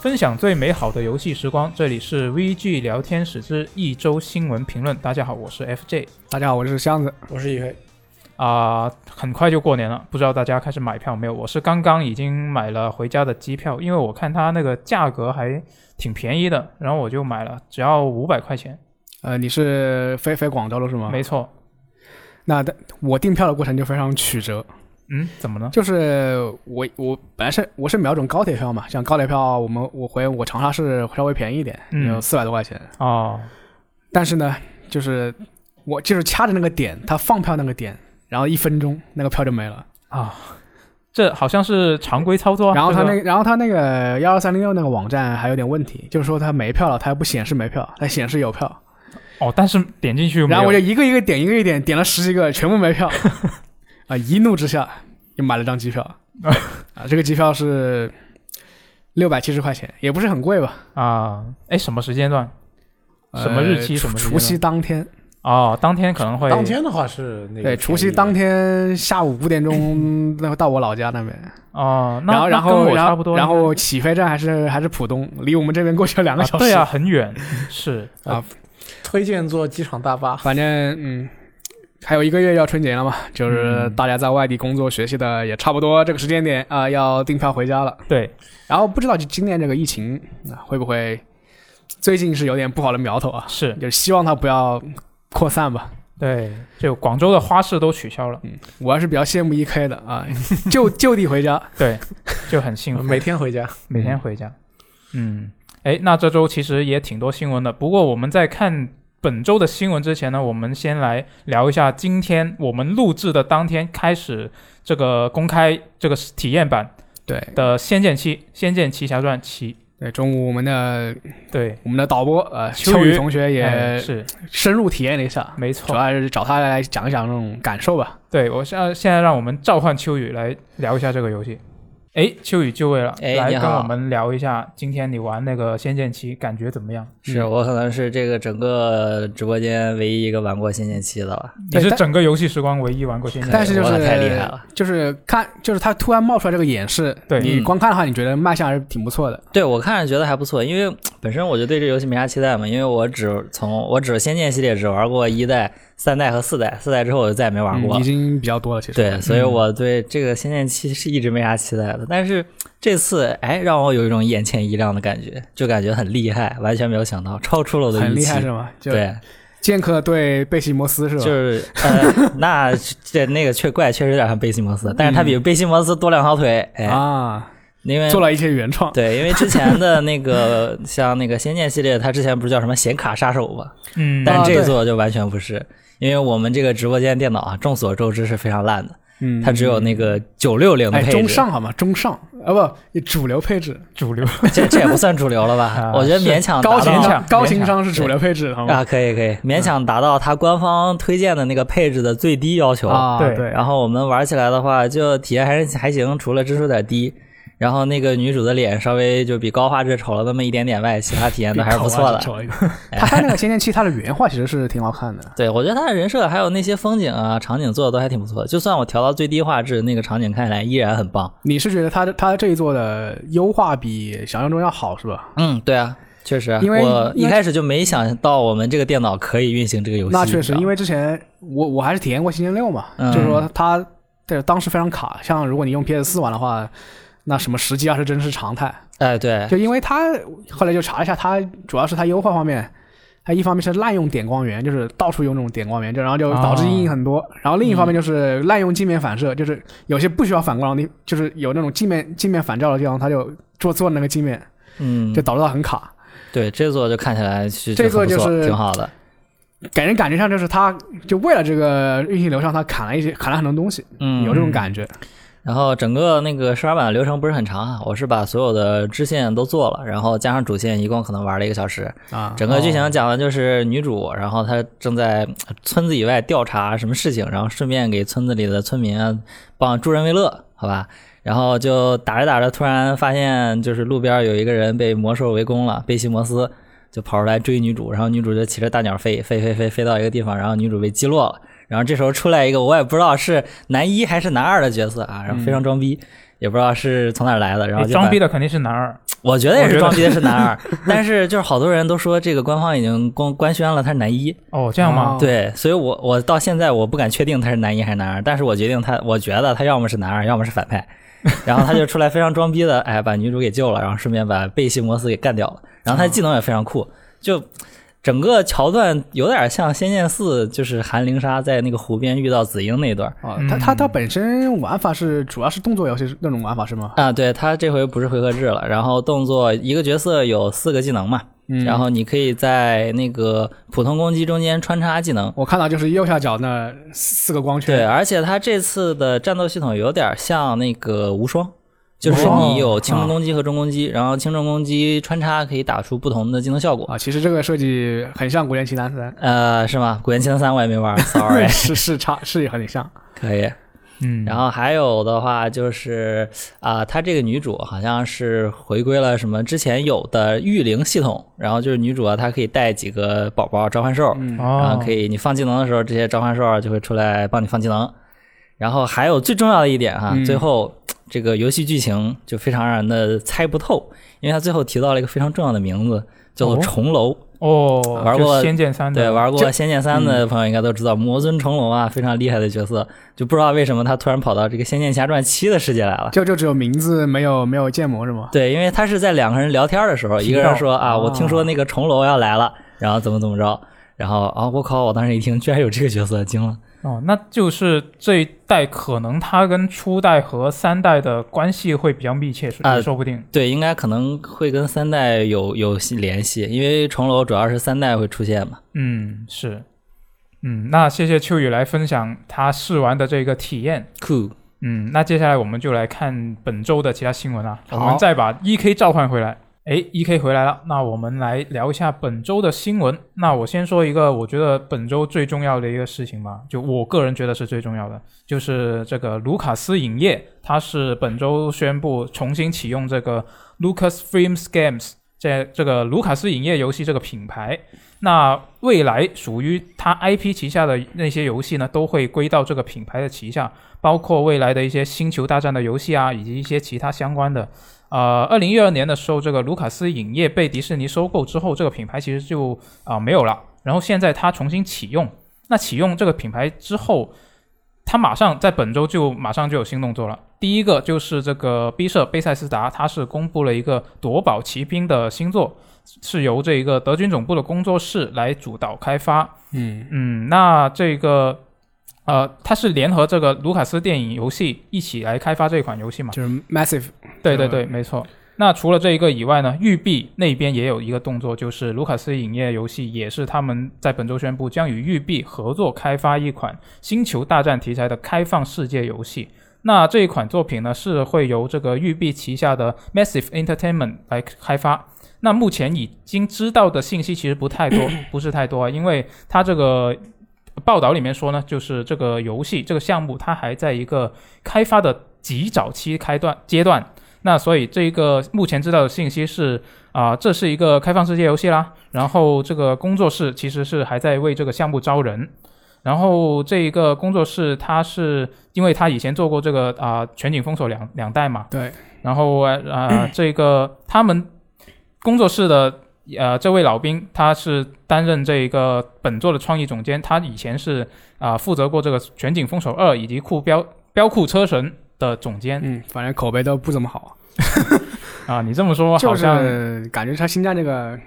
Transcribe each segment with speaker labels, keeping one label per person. Speaker 1: 分享最美好的游戏时光，这里是 VG 聊天室之一周新闻评论。大家好，我是 FJ
Speaker 2: 大家好，我是箱子。
Speaker 3: 我是以为
Speaker 1: 啊、很快就过年了，不知道大家开始买票没有？我是刚刚已经买了回家的机票，因为我看它那个价格还挺便宜的，然后我就买了，只要五百块钱。
Speaker 2: 呃，你是飞飞广州了是吗？
Speaker 1: 没错，
Speaker 2: 那的我订票的过程就非常曲折，
Speaker 1: 嗯，怎么呢？
Speaker 2: 就是我我本来是我是瞄准高铁票嘛，像高铁票我们我回我长沙是稍微便宜一点，
Speaker 1: 嗯
Speaker 2: 有四百多块钱。
Speaker 1: 哦，
Speaker 2: 但是呢，就是我就是掐着那个点，他放票那个点，然后一分钟那个票就没了。
Speaker 1: 啊，这好像是常规操作啊。
Speaker 2: 然后他
Speaker 1: 这
Speaker 2: 那
Speaker 1: 个
Speaker 2: 个，然后他那个幺二三零六那个网站还有点问题，就是说他没票了，他还不显示没票，他显示有票。
Speaker 1: 哦，但是点进去又没
Speaker 2: 然后
Speaker 1: 有
Speaker 2: 我就一个一个点，一个一个点，点了十几个，全部没 票。啊，一怒之下又买了张机票。 啊，这个机票是六百七十块钱，也不是很贵吧？
Speaker 1: 啊，哎，什么时间段？什么日期
Speaker 2: 呃
Speaker 1: 什么时间
Speaker 2: 除夕当天。
Speaker 1: 哦，当天可能会
Speaker 3: 当天的话是那个
Speaker 2: 对，除夕
Speaker 3: 便宜
Speaker 2: 当天下午五 点钟，那个到我老家那边。
Speaker 1: 哦，那
Speaker 2: 然后，
Speaker 1: 那跟
Speaker 2: 然后，
Speaker 1: 我
Speaker 2: 然
Speaker 1: 差不
Speaker 2: 后，
Speaker 1: 多，
Speaker 2: 然后起飞站还是还是浦东，离我们这边过去有两个小
Speaker 1: 啊
Speaker 2: 时。
Speaker 1: 对啊，很远，是
Speaker 3: 推荐坐机场大巴，
Speaker 2: 反正嗯，还有一个月要春节了嘛，就是
Speaker 1: 嗯
Speaker 2: 大家在外地工作学习的也差不多这个时间点啊、要订票回家了。
Speaker 1: 对，
Speaker 2: 然后不知道今年这个疫情啊会不会最近是有点不好的苗头啊，
Speaker 1: 是，
Speaker 2: 就是希望它不要扩散吧。
Speaker 1: 对，就广州的花市都取消了，
Speaker 2: 我还是比较羡慕 E K 的啊， 就就地回家。
Speaker 1: 对，就很
Speaker 2: 嗯
Speaker 1: 幸福，
Speaker 3: 每天回家。
Speaker 1: 每天回家。嗯，哎，那这周其实也挺多新闻的。不过我们在看本周的新闻之前呢，我们先来聊一下今天我们录制的当天开始这个公开这个体验版
Speaker 2: 对
Speaker 1: 的《仙剑七》《仙剑奇侠传七》。
Speaker 2: 对，中午我们的
Speaker 1: 对，
Speaker 2: 我们的导播呃
Speaker 1: 秋
Speaker 2: 秋
Speaker 1: 雨
Speaker 2: 雨同学
Speaker 1: 哎
Speaker 2: 也
Speaker 1: 是
Speaker 2: 深入体验了一下，
Speaker 1: 没
Speaker 2: 主
Speaker 1: 错。
Speaker 2: 要还是找他来讲一讲这种感受吧。
Speaker 1: 对我现现在让我们召唤秋雨来聊一下这个游戏。哎，秋雨就位了，
Speaker 4: 哎
Speaker 1: 来
Speaker 4: 你
Speaker 1: 跟
Speaker 4: 好
Speaker 1: 我们聊一下今天你玩那个《仙剑七》感觉怎么样？
Speaker 4: 是我可能是这个整个直播间唯一一个玩过《仙剑七》的了。
Speaker 1: 你
Speaker 2: 对
Speaker 1: 是
Speaker 2: 但
Speaker 1: 整个游戏时光唯一玩过《仙剑》
Speaker 2: 但是就
Speaker 4: 我
Speaker 2: 是
Speaker 4: 可太厉害了，
Speaker 2: 就是看就是他突然冒出来这个演示，
Speaker 1: 对
Speaker 2: 你
Speaker 4: 嗯
Speaker 2: 光看的话，你觉得卖相还是挺不错的。
Speaker 4: 对我看着觉得还不错，因为本身我就对这游戏没啥期待嘛，因为我只从我只《仙剑》系列只玩过一代、三代和四代，四代之后我就再也没玩
Speaker 2: 嗯
Speaker 4: 过了。
Speaker 2: 已经比较多了，其实。
Speaker 4: 对，所以我对这个《仙剑七》是一直没啥期待的，但是这次哎，让我有一种眼前一亮的感觉，就感觉很厉害，完全没有想到，超出了我的
Speaker 2: 很
Speaker 4: 预
Speaker 2: 厉
Speaker 4: 期。
Speaker 2: 害是吗？就
Speaker 4: 对，
Speaker 2: 剑客对贝西摩斯是吧？
Speaker 4: 就是呃，那这那个确怪确实有点像贝西摩斯，但是他比贝西摩斯多两条腿，哎，
Speaker 2: 嗯啊，
Speaker 4: 因为
Speaker 2: 做了一些原创。
Speaker 4: 对，因为之前的那个像那个《仙剑》系列，它之前不是叫什么显卡杀手吗？
Speaker 1: 嗯，
Speaker 4: 但
Speaker 2: 啊
Speaker 4: 这
Speaker 2: 对
Speaker 4: 座就完全不是，因为我们这个直播间电脑啊，众所周知是非常烂的，
Speaker 2: 嗯，
Speaker 4: 它只有那个九六零的
Speaker 2: 哎
Speaker 4: 配
Speaker 2: 中
Speaker 4: 置，
Speaker 2: 上好吗？中上啊不，主流配置，
Speaker 1: 主流
Speaker 4: 这这也不算主流 了吧
Speaker 1: 啊？
Speaker 4: 我觉得勉强
Speaker 2: 高
Speaker 4: 达
Speaker 2: 情
Speaker 1: 勉
Speaker 4: 到
Speaker 1: 强
Speaker 2: 商高情
Speaker 1: 勉
Speaker 2: 商是主流配置好吗？
Speaker 4: 啊，可以可以，勉强达到它官方推荐的那个配置的最低要求。
Speaker 2: 啊
Speaker 1: 对
Speaker 2: 对，
Speaker 4: 然后我们玩起来的话，就体验还是还行，除了帧数有点低，然后那个女主的脸稍微就比高画质丑了那么一点点外，其他体验都还是不错的。
Speaker 2: 啊丑一点。 他他那个《仙剑七》，它的原画其实是挺好看的。
Speaker 4: 对，我觉得它的人设还有那些风景啊、场景做的都还挺不错的。就算我调到最低画质，那个场景看起来依然很棒。
Speaker 2: 你是觉得他他这一座的优化比想象中要好是吧？
Speaker 4: 嗯，对啊，确实啊，
Speaker 2: 因为
Speaker 4: 我
Speaker 2: 因
Speaker 4: 一
Speaker 2: 为
Speaker 4: 开始就没想到我们这个电脑可以运行这个游戏。
Speaker 2: 那确实，
Speaker 4: 你知道吗
Speaker 2: 因为之前我我还是体验过《仙剑六》嘛，
Speaker 4: 嗯
Speaker 2: 就是说它对当时非常卡，像如果你用 PS 四玩的话，那什么十几二十帧是常态。
Speaker 4: 哎，对，
Speaker 2: 就因为它后来就查了一下，它主要是它优化方面，它一方面是滥用点光源，就是到处用这种点光源，就然后就导致阴影很多。
Speaker 4: 嗯
Speaker 2: 然后另一方面就是滥用镜面反射，就是有些不需要反光的地，就是有那种镜面镜面反照的地方，它就做做那个镜面，
Speaker 4: 嗯
Speaker 2: 就，导致到很卡。
Speaker 4: 对，这座就看起来是
Speaker 2: 这座
Speaker 4: 很不错
Speaker 2: 就是
Speaker 4: 挺好的。
Speaker 2: 给人感觉上就是它就为了这个运行流畅，它砍了一些砍了很多东西，
Speaker 4: 嗯，
Speaker 2: 有这种感觉。
Speaker 4: 然后整个那个试玩版的流程不是很长啊，我是把所有的支线都做了，然后加上主线，一共可能玩了一个小时。
Speaker 2: 啊，
Speaker 4: 整个剧情讲的就是女主，然后她正在呃村子以外调查什么事情，然后顺便给村子里的村民啊帮助人为乐，好吧？然后就打着打着，突然发现就是路边有一个人被魔兽围攻了，贝西摩斯就跑出来追女主，然后女主就骑着大鸟飞，飞飞飞飞到一个地方，然后女主被击落了。然后这时候出来一个我也不知道是男嗯一还是男二的角色啊，然后非常装逼，也不知道是从哪儿来的，然后
Speaker 1: 你
Speaker 4: 就把
Speaker 1: 装逼的肯定是男二，
Speaker 4: 我觉得也
Speaker 1: 我觉
Speaker 4: 是
Speaker 1: 得
Speaker 4: 装逼的是男 二，但是就是好多人都说这个官方已经公官宣了他是男一，
Speaker 1: 哦，这样吗？
Speaker 2: 哦
Speaker 4: 对，所以我我到现在我不敢确定他是男一还是男二，但是我决定他，我觉得他要么是男二，要么是反 派。然后他就出来非常装逼的，哎，把女主给救了，然后顺便把贝西摩斯给干掉了。然后他的技能也非常酷，就整个桥段有点像《仙剑四》，就是韩灵莎在那个湖边遇到紫英那一段。
Speaker 2: 啊
Speaker 1: 嗯，
Speaker 2: 它它它本身玩法是主要是动作游戏是那种玩法是吗？
Speaker 4: 啊，对他这回不是回合制了，然后动作一个角色有四个技能嘛，
Speaker 2: 嗯
Speaker 4: 然后你可以在那个普通攻击中间穿插技能，
Speaker 2: 我看到就是右下角那四个光
Speaker 4: 对，
Speaker 2: 圈，
Speaker 4: 而且它这次的战斗系统有点像那个无双，就是
Speaker 1: 哦
Speaker 4: 你有轻
Speaker 1: 啊
Speaker 4: 重攻击和重攻击，然后轻重攻击穿插可以打出不同的技能效果。
Speaker 2: 啊，其实这个设计很像《古剑奇谭三》，。
Speaker 4: 呃，是吗？古元奇谭三我也没玩儿，sorry
Speaker 2: 是是差是也很像。
Speaker 4: 可以。
Speaker 1: 嗯，
Speaker 4: 然后还有的话就是啊，她、这个女主好像是回归了什么之前有的御灵系统，然后就是女主啊，她可以带几个宝宝召唤兽，
Speaker 2: 嗯，
Speaker 4: 然
Speaker 1: 哦
Speaker 4: 后，可以你放技能的时候，这些召唤兽啊儿就会出来帮你放技能。然后还有最重要的一点哈、
Speaker 2: 嗯
Speaker 4: 最后这个游戏剧情就非常让人的猜不透，因为他最后提到了一个非常重要的名字，叫做
Speaker 1: 哦
Speaker 4: 重楼。
Speaker 1: 哦，
Speaker 4: 玩
Speaker 1: 就
Speaker 4: 过
Speaker 1: 《仙剑三》
Speaker 4: 对，
Speaker 1: 的，
Speaker 4: 玩过《仙剑三》的朋友应该都知道，魔尊重楼啊，非常厉害的角色，就不知道为什么他突然跑到这个《仙剑奇侠传七》的世界来了。
Speaker 2: 就就只有名字没有没有建模是吗？
Speaker 4: 对，因为他是在两个人聊天的时候，
Speaker 1: 提
Speaker 4: 一个人
Speaker 1: 到
Speaker 4: 说啊，
Speaker 2: 哦
Speaker 4: 我听说那个重楼要来了，然后怎么怎么着，然后啊，我靠，我当时一听居然有这个角色，惊了。
Speaker 1: 哦，那就是这一代可能它跟初代和三代的关系会比较密切，是
Speaker 4: 啊
Speaker 1: 也说不定。
Speaker 4: 对，应该可能会跟三代有有联系，因为重楼主要是三代会出现嘛。
Speaker 1: 嗯，是。嗯，那谢谢秋雨来分享他试玩的这个体验。
Speaker 4: 酷，
Speaker 1: 嗯，那接下来我们就来看本周的其他新闻啦。我
Speaker 4: 好
Speaker 1: 们再把 E K 召唤回来。诶 e K 回来了，那我们来聊一下本周的新闻。那我先说一个我觉得本周最重要的一个事情吧，就我个人觉得是最重要的，就是这个卢卡斯影业，它是本周宣布重新启用这个 Lucasfilm Games 这这个卢卡斯影业游戏这个品牌。那未来属于它 IP 旗下的那些游戏呢，都会归到这个品牌的旗下。包括未来的一些《星球大战》的游戏啊，以及一些其他相关的。呃，二零一二年的时候，这个卢卡斯影业被迪士尼收购之后，这个品牌其实就啊、没有了。然后现在它重新启用，那启用这个品牌之后，它马上在本周就马上就有新动作了。第一个就是这个 B 社贝塞斯达，它是公布了一个《夺宝奇兵》的新作，是由这一个德军总部的工作室来主导开发。
Speaker 2: 嗯，
Speaker 1: 嗯，那这个呃，它是联合这个卢卡斯电影游戏一起来开发这款游戏嘛？
Speaker 2: 就是 Massive
Speaker 1: 对对对，没错。那除了这一个以外呢，育碧那边也有一个动作，就是卢卡斯影业游戏也是他们在本周宣布将与育碧合作开发一款《星球大战》题材的开放世界游戏。那这一款作品呢，是会由这个育碧旗下的 Massive Entertainment 来开发。那目前已经知道的信息其实不太多，不是太多啊，因为它这个报道里面说呢，就是这个游戏这个项目它还在一个开发的极早期开段阶段。那所以这一个目前知道的信息是啊、这是一个开放世界游戏啦。然后这个工作室其实是还在为这个项目招人。然后这一个工作室，它是因为它以前做过这个啊、全景封锁两两代嘛，
Speaker 2: 对，
Speaker 1: 然后啊、 呃这个他们工作室的呃这位老兵，他是担任这个本作的创意总监，他以前是啊、负责过这个《全景封锁二》以及酷标标酷车神的总监
Speaker 2: 嗯，反正口碑都不怎么好，
Speaker 1: 啊、你这么说
Speaker 2: 就
Speaker 1: 好像、
Speaker 2: 是感觉它星战这个，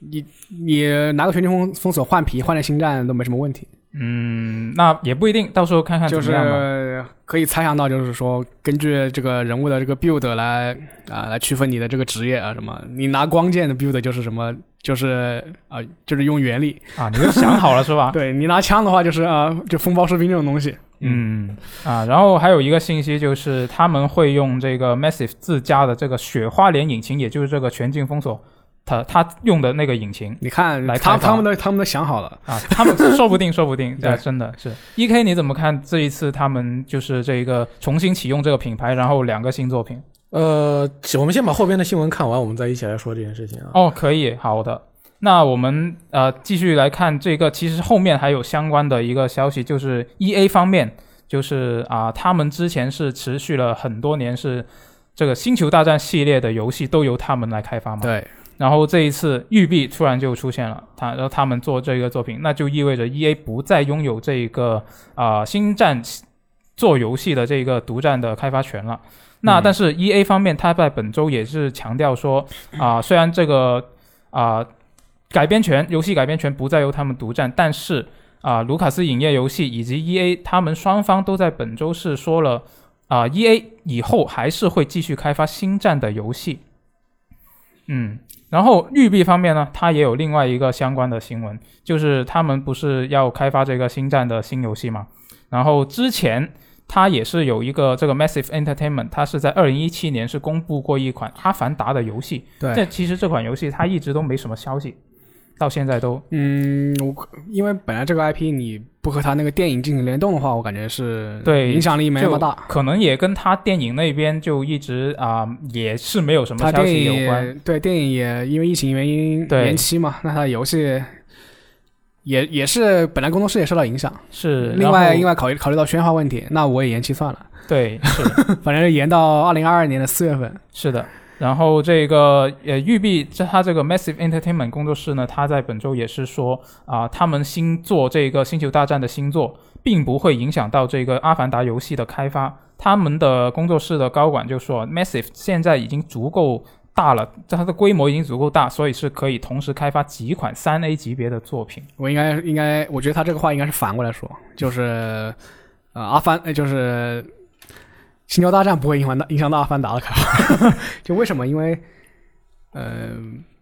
Speaker 2: 你你拿个全球封封锁换皮换成星战都没什么问题，
Speaker 1: 嗯，那也不一定，到时候看看怎
Speaker 2: 就
Speaker 1: 么样吧。
Speaker 2: 是可以猜想到，就是说根据这个人物的这个 build 来啊、来区分你的这个职业啊什么，你拿光剑的 build 就是什么就是啊、就是用原力，
Speaker 1: 啊，你都想好了是吧？
Speaker 2: 对你拿枪的话就是啊、就风暴士兵这种东西，
Speaker 1: 嗯啊，然后还有一个信息就是他们会用这个 Massive 自家的这个雪花莲引擎，也就是这个全境封锁，它它用的那个引擎
Speaker 2: 你看
Speaker 1: 来
Speaker 2: 他
Speaker 1: 开发
Speaker 2: 他们都他们都想好了，
Speaker 1: 啊，他们说不定说不 定，
Speaker 2: 对
Speaker 1: 对，真的是。E K 你怎么看这一次他们就是这个重新启用这个品牌，然后两个新作品？
Speaker 3: 呃，起我们先把后边的新闻看完，我们再一起来说这件事情啊。
Speaker 1: 哦，可以，好的。那我们呃继续来看这个，其实后面还有相关的一个消息，就是 E A 方面，就是啊、他们之前是持续了很多年是这个《星球大战》系列的游戏都由他们来开发嘛。
Speaker 2: 对，
Speaker 1: 然后这一次育碧突然就出现了，他然后他们做这个作品，那就意味着 E A 不再拥有这一个啊、呃星战做游戏的这个独占的开发权了。那
Speaker 4: 嗯
Speaker 1: 但是 E A 方面，他在本周也是强调说啊、虽然这个啊、改编权游戏改编权不再由他们独占，但是啊、卢卡斯影业游戏以及 E A 他们双方都在本周是说了啊、e A 以后还是会继续开发星战的游戏。嗯，然后育碧方面呢，它也有另外一个相关的新闻，就是他们不是要开发这个星战的新游戏嘛？然后之前它也是有一个这个 Massive Entertainment，它是在二零一七年是公布过一款《阿凡达》的游戏。
Speaker 2: 对
Speaker 1: 这其实这款游戏它一直都没什么消息，到现在都
Speaker 2: 嗯，我因为本来这个 IP 你不和他那个电影进行联动的话，我感觉是
Speaker 1: 对
Speaker 2: 影响力没那么
Speaker 1: 就
Speaker 2: 大。
Speaker 1: 可能也跟它电影那边就一直啊、也是没有什么
Speaker 2: 他
Speaker 1: 消
Speaker 2: 电
Speaker 1: 息
Speaker 2: 影
Speaker 1: 有关。
Speaker 2: 也对电影也因为疫情原因
Speaker 1: 对
Speaker 2: 延期嘛，那他游戏也也是本来工作室也受到影响。
Speaker 1: 是
Speaker 2: 另外，另
Speaker 1: 外
Speaker 2: 外考虑考虑到宣发问题，那我也延期算了，
Speaker 1: 对是。
Speaker 2: 反正延到二零二二年的四月份。
Speaker 1: 是的，然后这个呃，育碧这它这个 Massive Entertainment 工作室呢，它在本周也是说啊、他们新做这个《星球大战》的新作，并不会影响到这个《阿凡达》游戏的开发。他们的工作室的高管就说，Massive 现在已经足够大了，它的规模已经足够大，所以是可以同时开发几款三 A 级别的作品。
Speaker 2: 我应该应该，我觉得他这个话应该是反过来说，就是呃，阿凡呃就是《星球大战》不会影响到影响到《阿凡达》的开发， 就为什么？因为呃，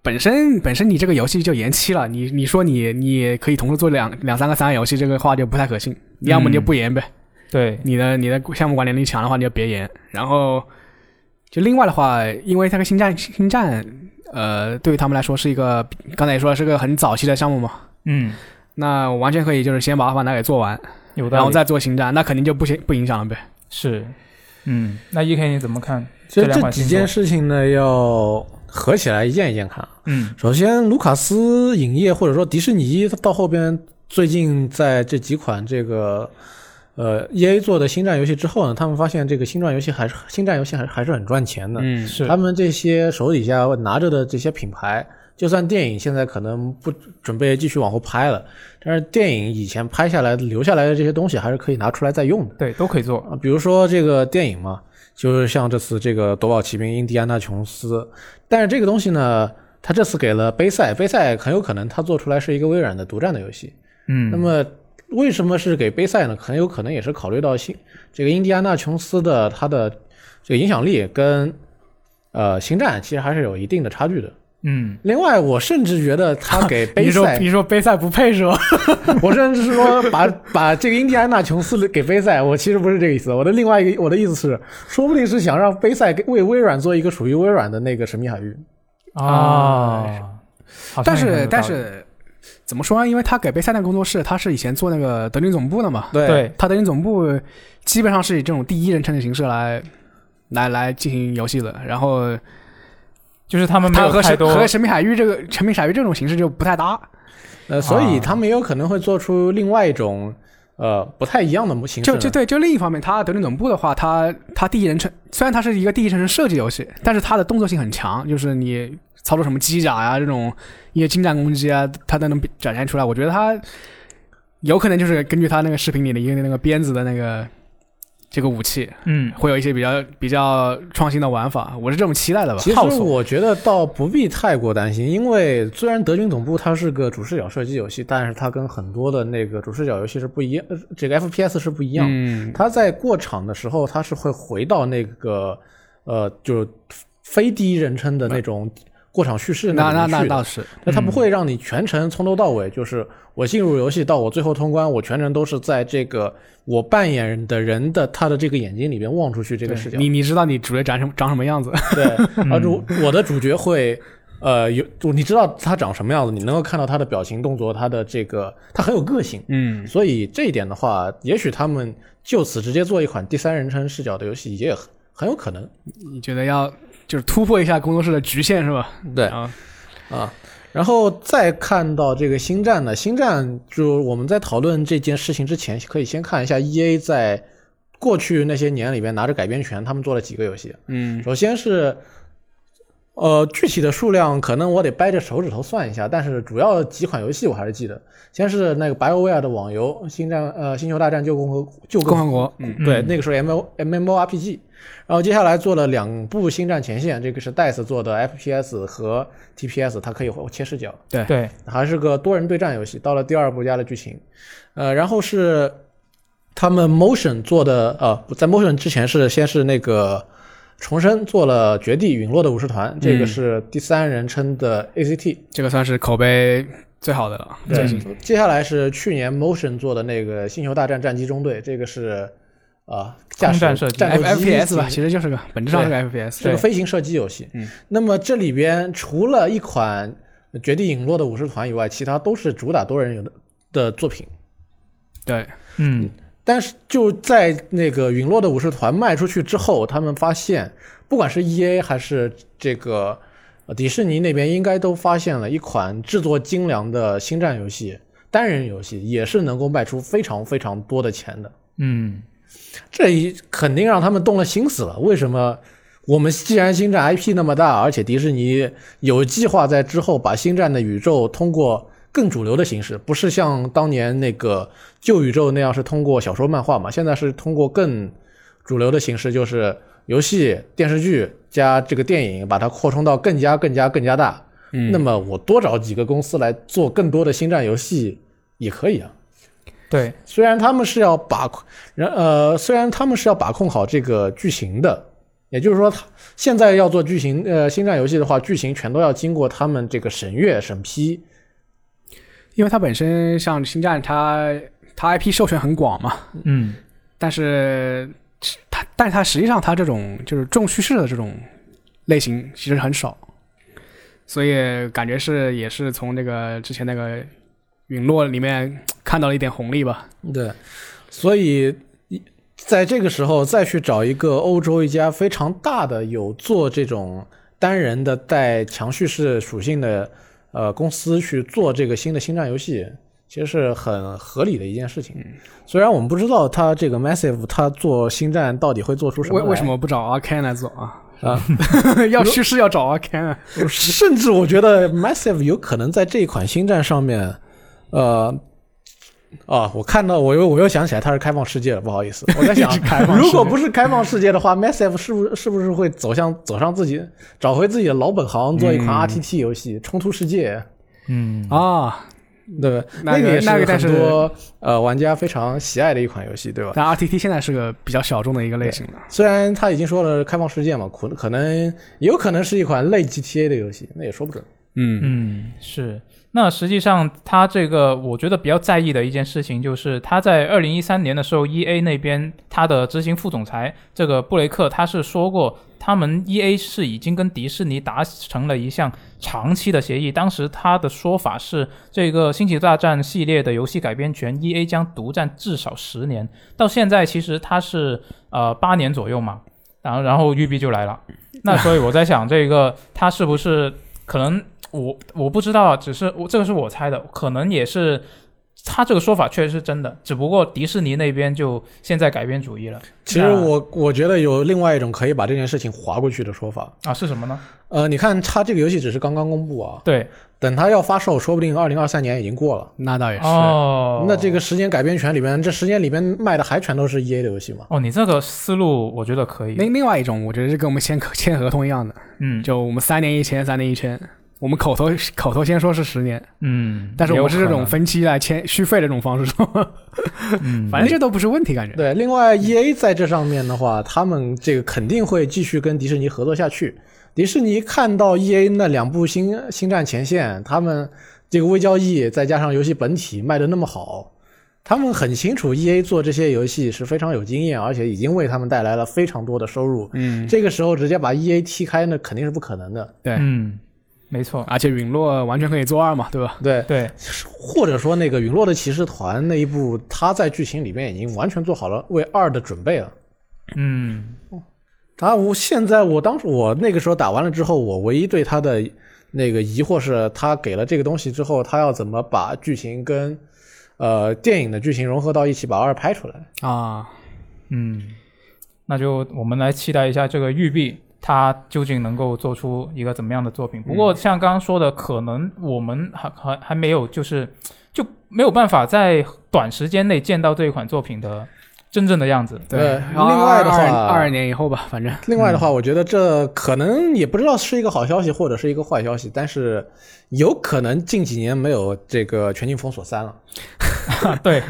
Speaker 2: 本身本身你这个游戏就延期了，你你说你你可以同时做两两三个三 A 游戏，这个话就不太可信。要么你就不延呗，
Speaker 1: 对，
Speaker 2: 你的你的项目管理力强的话你就别延。然后就另外的话，因为它个星战星战，呃，对于他们来说是一个刚才也说了是个很早期的项目嘛，
Speaker 1: 嗯，
Speaker 2: 那我完全可以就是先把阿凡达给做完，
Speaker 1: 有
Speaker 2: 然
Speaker 1: 道
Speaker 2: 后
Speaker 1: 理，
Speaker 2: 再做星战，那肯定就不行不影响了呗。
Speaker 1: 是，嗯，那 E K 你怎么看？
Speaker 3: 其
Speaker 1: 这
Speaker 3: 实
Speaker 1: 两
Speaker 3: 这
Speaker 1: 款
Speaker 3: 几
Speaker 1: 新
Speaker 3: 件
Speaker 1: 作，
Speaker 3: 事情呢，要合起来一件一件看。
Speaker 1: 嗯
Speaker 3: 首先，卢卡斯影业或者说迪士尼，它到后边最近在这几款这个呃 E A 做的星战游戏之后呢，他们发现这个星战游戏还是星战游戏还还是很赚钱的。
Speaker 2: 嗯
Speaker 1: 是
Speaker 3: 他们这些手底下拿着的这些品牌，就算电影现在可能不准备继续往后拍了，但是电影以前拍下来留下来的这些东西还是可以拿出来再用的。
Speaker 1: 对都可以做，
Speaker 3: 啊，比如说这个电影嘛，就是像这次这个《夺宝奇兵》《印第安纳琼斯》，但是这个东西呢，他这次给了杯赛，杯赛很有可能他做出来是一个微软的独占的游戏。
Speaker 1: 嗯，
Speaker 3: 那么为什么是给杯赛呢？很有可能也是考虑到新这个《印第安纳琼斯》的它的这个影响力跟呃《星战》其实还是有一定的差距的。
Speaker 1: 嗯
Speaker 3: 另外，我甚至觉得 他给杯
Speaker 2: 你说
Speaker 3: 赛
Speaker 2: 你说杯赛不配是吧？
Speaker 3: 我甚至是说把把这个印第安纳琼斯给杯赛，我其实不是这个意思。我的另外一个我的意思是，说不定是想让杯赛给为微软做一个属于微软的那个神秘海域。
Speaker 1: 啊，好像
Speaker 2: 但
Speaker 1: 也很
Speaker 2: 是
Speaker 1: 有道
Speaker 2: 但
Speaker 1: 理
Speaker 2: 是怎么说呢？因为他给杯赛那个工作室，他是以前做那个德军总部的嘛，
Speaker 3: 对
Speaker 1: 对
Speaker 2: 他德军总部基本上是以这种第一人称的形式来来来进行游戏的，然后
Speaker 1: 就是他们没
Speaker 2: 他
Speaker 1: 有
Speaker 2: 和
Speaker 1: 太
Speaker 2: 神
Speaker 1: 多
Speaker 2: 和神秘海域这个神秘海域这种形式就不太搭，
Speaker 3: 呃，所
Speaker 1: 啊
Speaker 3: 以他们也有可能会做出另外一种呃不太一样的形式
Speaker 2: 就
Speaker 3: 呢。
Speaker 2: 就对，就另一方面，他德军总部的话，他他第一人称虽然它是一个第一人称设计游戏，但是它的动作性很强，就是你操作什么机甲呀、这种一些近战攻击啊，它都能展现出来。我觉得它有可能就是根据他那个视频里的一个那个鞭子的那个这个武器，
Speaker 1: 嗯
Speaker 2: 会有一些比较比较创新的玩法，我是这么期待的吧。
Speaker 3: 其实
Speaker 2: 套索
Speaker 3: 我觉得倒不必太过担心，因为虽然德军总部它是个主视角射击游戏，但是它跟很多的那个主视角游戏是不一样，呃这个 FPS 是不一
Speaker 2: 一
Speaker 3: 样的。
Speaker 2: 嗯，
Speaker 3: 他在过场的时候，他是会回到那个呃，就是非第一人称的那种过场叙事
Speaker 2: 那那那
Speaker 3: 那
Speaker 2: 嗯
Speaker 3: 那
Speaker 2: 倒是，
Speaker 3: 那他不会让你全程从头到尾，就是我进入游戏到我最后通关，我全程都是在这个我扮演的人的他的这个眼睛里边望出去这个视角。
Speaker 2: 你你知道你主角长什么长什么样子？
Speaker 3: 对，而主我的主角会。呃，有你知道他长什么样子，你能够看到他的表情、动作，他的这个，他很有个性。
Speaker 2: 嗯，
Speaker 3: 所以这一点的话，也许他们就此直接做一款第三人称视角的游戏也很很有可能。
Speaker 2: 你觉得要就是突破一下工作室的局限是吧？
Speaker 3: 对
Speaker 2: 啊。
Speaker 3: 啊，然后再看到这个星战呢，星战就我们在讨论这件事情之前，可以先看一下 E A 在过去那些年里边拿着改编权，他们做了几个游戏。
Speaker 2: 嗯
Speaker 3: 首先是，呃，具体的数量可能我得掰着手指头算一下，但是主要几款游戏我还是记得。先是那个 BioWare 的网游《星战》呃，《星球大战：旧共和旧共
Speaker 2: 共
Speaker 3: 和
Speaker 2: 和国，
Speaker 1: 嗯
Speaker 3: 对，那个时候 M O M M O R P G，然后接下来做了两部《星战前线》，这个是 DICE 做的 F P S 和 T P S，它可以切视角，
Speaker 1: 对，
Speaker 3: 还是个多人对战游戏。到了第二部加了剧情，呃，然后是他们 Motion 做的，呃，在 Motion 之前是先是那个重生做了《绝地陨落的武士团》，这个
Speaker 2: 嗯
Speaker 3: 是第三人称的 A C T，、
Speaker 2: 这个算是口碑最好的了。
Speaker 3: 对
Speaker 2: 最近，
Speaker 3: 接下来是去年 Motion 做的那个《星球大战：战机中队》，这个是啊、驾驶
Speaker 1: 空战射击
Speaker 3: 战斗
Speaker 2: F
Speaker 3: 机
Speaker 2: P S 吧，
Speaker 3: 型
Speaker 2: 其实就是个本质上是个 F P
Speaker 3: 是
Speaker 2: S。
Speaker 3: 个飞行射击游戏。
Speaker 2: 嗯，
Speaker 3: 那么这里边除了一款《绝地陨落的武士团》以外，其他都是主打多人游的的作品。
Speaker 2: 对，
Speaker 1: 嗯，
Speaker 3: 但是就在那个《陨落的武士团》卖出去之后，他们发现，不管是 E A 还是这个呃迪士尼那边，应该都发现了一款制作精良的星战游戏单人游戏，也是能够卖出非常非常多的钱的。
Speaker 1: 嗯，
Speaker 3: 这一肯定让他们动了心思了。为什么？我们既然星战 IP 那么大，而且迪士尼有计划在之后把星战的宇宙通过更主流的形式，不是像当年那个旧宇宙那样是通过小说漫画嘛，现在是通过更主流的形式，就是游戏、电视剧加这个电影，把它扩充到更加更加更加大。
Speaker 2: 嗯
Speaker 3: 那么我多找几个公司来做更多的星战游戏也可以啊。
Speaker 1: 对，
Speaker 3: 虽然他们是要把控，然呃，虽然他们是要把控好这个剧情的，也就是说，他现在要做剧情，呃，星战游戏的话，剧情全都要经过他们这个审阅、审批。
Speaker 2: 因为它本身像星战，它它 I P 授权很广嘛，
Speaker 1: 嗯，
Speaker 2: 但是它但是它实际上它这种就是重叙事的这种类型其实很少，所以感觉是也是从那个之前那个陨落里面看到了一点红利吧。
Speaker 3: 对，所以在这个时候再去找一个欧洲一家非常大的有做这种单人的带强叙事属性的呃公司去做这个新的星战游戏，其实是很合理的一件事情。虽然我们不知道他这个 Massive 他做星战到底会做出什么
Speaker 2: 为
Speaker 3: 来，
Speaker 2: 为什么不找阿 Ken 来做啊？
Speaker 3: 啊？
Speaker 2: 要叙事要找阿 Ken，啊
Speaker 3: 甚至我觉得 Massive 有可能在这一款星战上面，呃。啊，我看到我又我又想起来它是开放世界了，不好 意思，我在想
Speaker 2: 开放世界
Speaker 3: 如果不是开放世界的话，Massive 是不是是不是会走向走上自己找回自己的老本行，做一款
Speaker 2: 嗯
Speaker 3: RTT 游戏，冲突世界，
Speaker 1: 嗯，
Speaker 2: 啊，
Speaker 3: 对吧？
Speaker 2: 那个
Speaker 3: 个也
Speaker 2: 那个但是
Speaker 3: 很多呃玩家非常喜爱的一款游戏，对吧？
Speaker 2: 但 R T T 现在是个比较小众的一个类型了。
Speaker 3: 虽然他已经说了开放世界嘛，可可能也有可能是一款类 GTA 的游戏，那也说不准。
Speaker 2: 嗯
Speaker 1: 嗯，是。那实际上，他这个我觉得比较在意的一件事情，就是他在二零一三年的时候，E A 那边他的执行副总裁这个布雷克，他是说过，他们 E A 是已经跟迪士尼达成了一项长期的协议。当时他的说法是，这个《星球大战》系列的游戏改编权，E A 将独占至少十年。到现在其实他是呃八年左右嘛，然后然后育碧就来了。那所以我在想，这个他是不是可能我我不知道啊，只是我这个是我猜的，可能也是他这个说法确实是真的，只不过迪士尼那边就现在改变主意了
Speaker 3: 其实
Speaker 1: 那
Speaker 3: 我我觉得有另外一种可以把这件事情划过去的说法。
Speaker 1: 啊，是什么呢？
Speaker 3: 呃，你看它这个游戏只是刚刚公布啊，
Speaker 1: 对，
Speaker 3: 等它要发售，说不定二零二三年已经过了。
Speaker 2: 那倒也是。
Speaker 1: 哦，
Speaker 3: 那这个时间改编权里边，这时间里边卖的还全都是 E A 的游戏嘛？
Speaker 1: 哦，你这个思路我觉得可以，
Speaker 2: 另另外一种，我觉得是跟我们签合签合同一样的，
Speaker 1: 嗯
Speaker 2: 就我们三年一签，三年一签。我们口头口头先说是十年，
Speaker 1: 嗯，
Speaker 2: 但是我们是这
Speaker 1: 有
Speaker 2: 种
Speaker 1: 可
Speaker 2: 分期来签续费的这种方 式，
Speaker 1: 能嗯，
Speaker 2: 反正这都不是问题，感觉。
Speaker 3: 对，另外 E A 在这上面的话，他们这个肯定会继续跟迪士尼合作下去。迪士尼看到 E A 那两部星《星战前线》，他们这个微交易再加上游戏本体卖的那么好，他们很清楚 E A 做这些游戏是非常有经验，而且已经为他们带来了非常多的收入。
Speaker 2: 嗯，
Speaker 3: 这个时候直接把 E A 踢开，那肯定是不可能的。
Speaker 2: 对，
Speaker 1: 嗯，没错，
Speaker 2: 而且陨落完全可以做二嘛，对吧？
Speaker 3: 对，
Speaker 1: 对，
Speaker 3: 或者说那个《陨落的骑士团》那一部，他在剧情里面已经完全做好了为二的准备了。
Speaker 1: 嗯
Speaker 3: 他我现在我当时我那个时候打完了之后，我唯一对他的那个疑惑是，他给了这个东西之后，他要怎么把剧情跟呃电影的剧情融合到一起，把二拍出来？
Speaker 2: 啊，
Speaker 1: 嗯，那就我们来期待一下这个育碧。它究竟能够做出一个怎么样的作品？不过像刚刚说的，可能我们还还还没有，就是就没有办法在短时间内见到这一款作品的真正的样子。
Speaker 3: 对
Speaker 2: 然后
Speaker 3: 另外的话
Speaker 2: 二二二嗯年以后吧，反正
Speaker 3: 另外的话，我觉得这可能也不知道是一个好消息或者是一个坏消息，但是有可能近几年没有这个《全境封锁三》了。
Speaker 1: 对，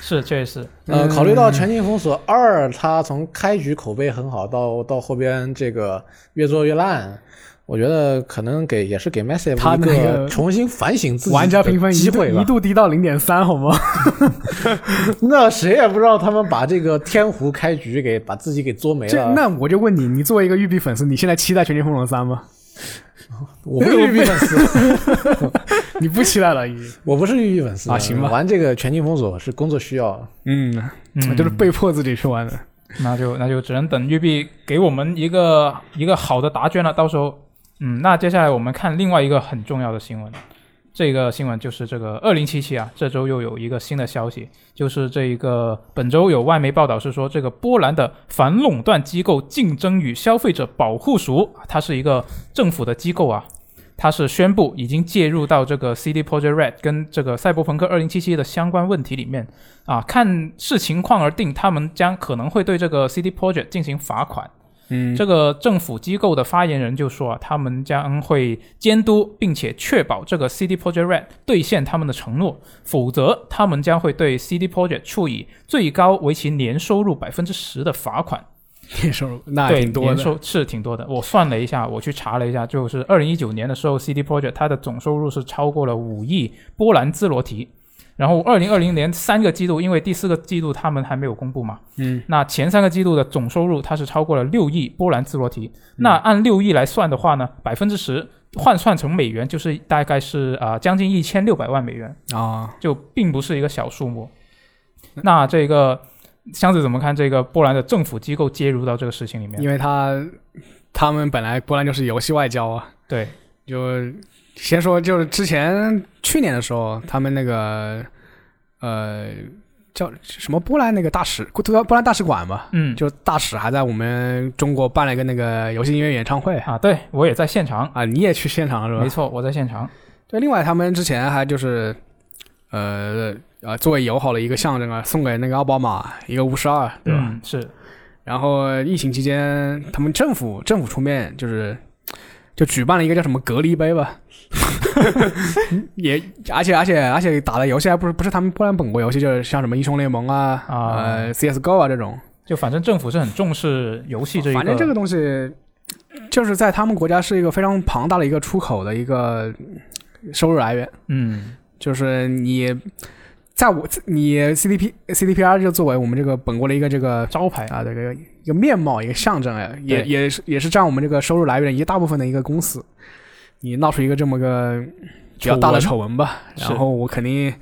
Speaker 1: 是确实，
Speaker 2: 嗯
Speaker 3: 呃，考虑到《全境封锁二》，它从开局口碑很好到到后边这个越做越烂，我觉得可能给也是给 Massive
Speaker 2: 它
Speaker 3: 一
Speaker 2: 那个
Speaker 3: 重新反省自己
Speaker 2: 玩家评分
Speaker 3: 的
Speaker 2: 一
Speaker 3: 机
Speaker 2: 度
Speaker 3: 会吧
Speaker 2: 一。度低到零点三，好吗？
Speaker 3: 那谁也不知道他们把这个天湖开局给把自己给作没
Speaker 2: 这
Speaker 3: 了。
Speaker 2: 那我就问你，你作为一个育碧粉丝，你现在期待《全境封锁三》吗？
Speaker 3: 我不是育
Speaker 2: 啊
Speaker 3: 碧粉丝，
Speaker 2: 你不期待了已经。
Speaker 3: 我不是育碧粉丝
Speaker 2: 啊行吧
Speaker 3: 玩这个《全境封锁》是工作需要。
Speaker 2: 嗯，
Speaker 1: 嗯，
Speaker 2: 就是被迫自己去玩的。
Speaker 1: 那就那就只能等育碧给我们一个一个好的答卷了。到时候，嗯，那接下来我们看另外一个很重要的新闻，这个新闻就是这个二零七七啊，这周又有一个新的消息，就是这一个本周有外媒报道是说，这个波兰的反垄断机构竞争与消费者保护署，它是一个政府的机构啊。它是宣布已经介入到这个 CD Projekt Red 跟这个赛博朋克二零七七的相关问题里面，啊，看视情况而定，他们将可能会对这个 CD Project 进行罚款。
Speaker 2: 嗯，
Speaker 1: 这个政府机构的发言人就说啊，他们将会监督并且确保这个 CD Projekt Red 兑现他们的承诺，否则他们将会对 CD Projekt 处以最高为其年收入百分之十的罚款。
Speaker 2: 年收入那
Speaker 1: 对，
Speaker 2: 哎挺多
Speaker 1: 年
Speaker 2: 的。
Speaker 1: 收是挺多的。我算了一下，我去查了一下，就是二零一九年的时候，CD Projekt 它的总收入是超过了五亿波兰兹罗提。然后二零二零年三个季度，因为第四个季度他们还没有公布嘛，
Speaker 2: 嗯，
Speaker 1: 那前三个季度的总收入它是超过了六亿波兰兹罗提。
Speaker 2: 嗯
Speaker 1: 那按六亿来算的话呢，百分之十换算成美元就是大概是啊、呃将近一千六百万美元，
Speaker 2: 啊，
Speaker 1: 就并不是一个小数目。那这个箱子怎么看这个波兰的政府机构介入到这个事情里面？
Speaker 2: 因为他他们本来波兰就是游戏外交啊，
Speaker 1: 对，
Speaker 2: 就先说，就是之前去年的时候，他们那个呃叫什么波兰那个大使，波兰大使馆吧，
Speaker 1: 嗯，
Speaker 2: 就大使还在我们中国办了一个那个游戏音乐演唱会
Speaker 1: 啊，对我也在现场，
Speaker 2: 啊，你也去现场了
Speaker 1: 没
Speaker 2: 是吧？
Speaker 1: 错，我在现场。
Speaker 2: 对，另外他们之前还就是呃呃作为友好的一个象征啊，送给那个奥巴马一个五十二，对吧？
Speaker 1: 嗯，是，
Speaker 2: 然后疫情期间，他们政府政府出面就是就举办了一个叫什么隔离杯吧， 也而且而且而且打的游戏还不是不是他们波兰本国游戏，就是像什么英雄联盟啊、
Speaker 1: 啊
Speaker 2: 呃 CS:GO 啊这种，
Speaker 1: 就反正政府是很重视游戏这一个，
Speaker 2: 反正这个东西就是在他们国家是一个非常庞大的一个出口的一个收入来源，
Speaker 1: 嗯
Speaker 2: 就是你。在我你 CDP CDPR 就作为我们这个本国的一个这个
Speaker 1: 招牌，
Speaker 2: 啊，这个一个面貌，一个象征哎，也
Speaker 1: 对
Speaker 2: 也是也是占我们这个收入来源一大部分的一个公司。你闹出一个这么个比较大的丑闻吧，
Speaker 1: 是
Speaker 2: 然后我肯定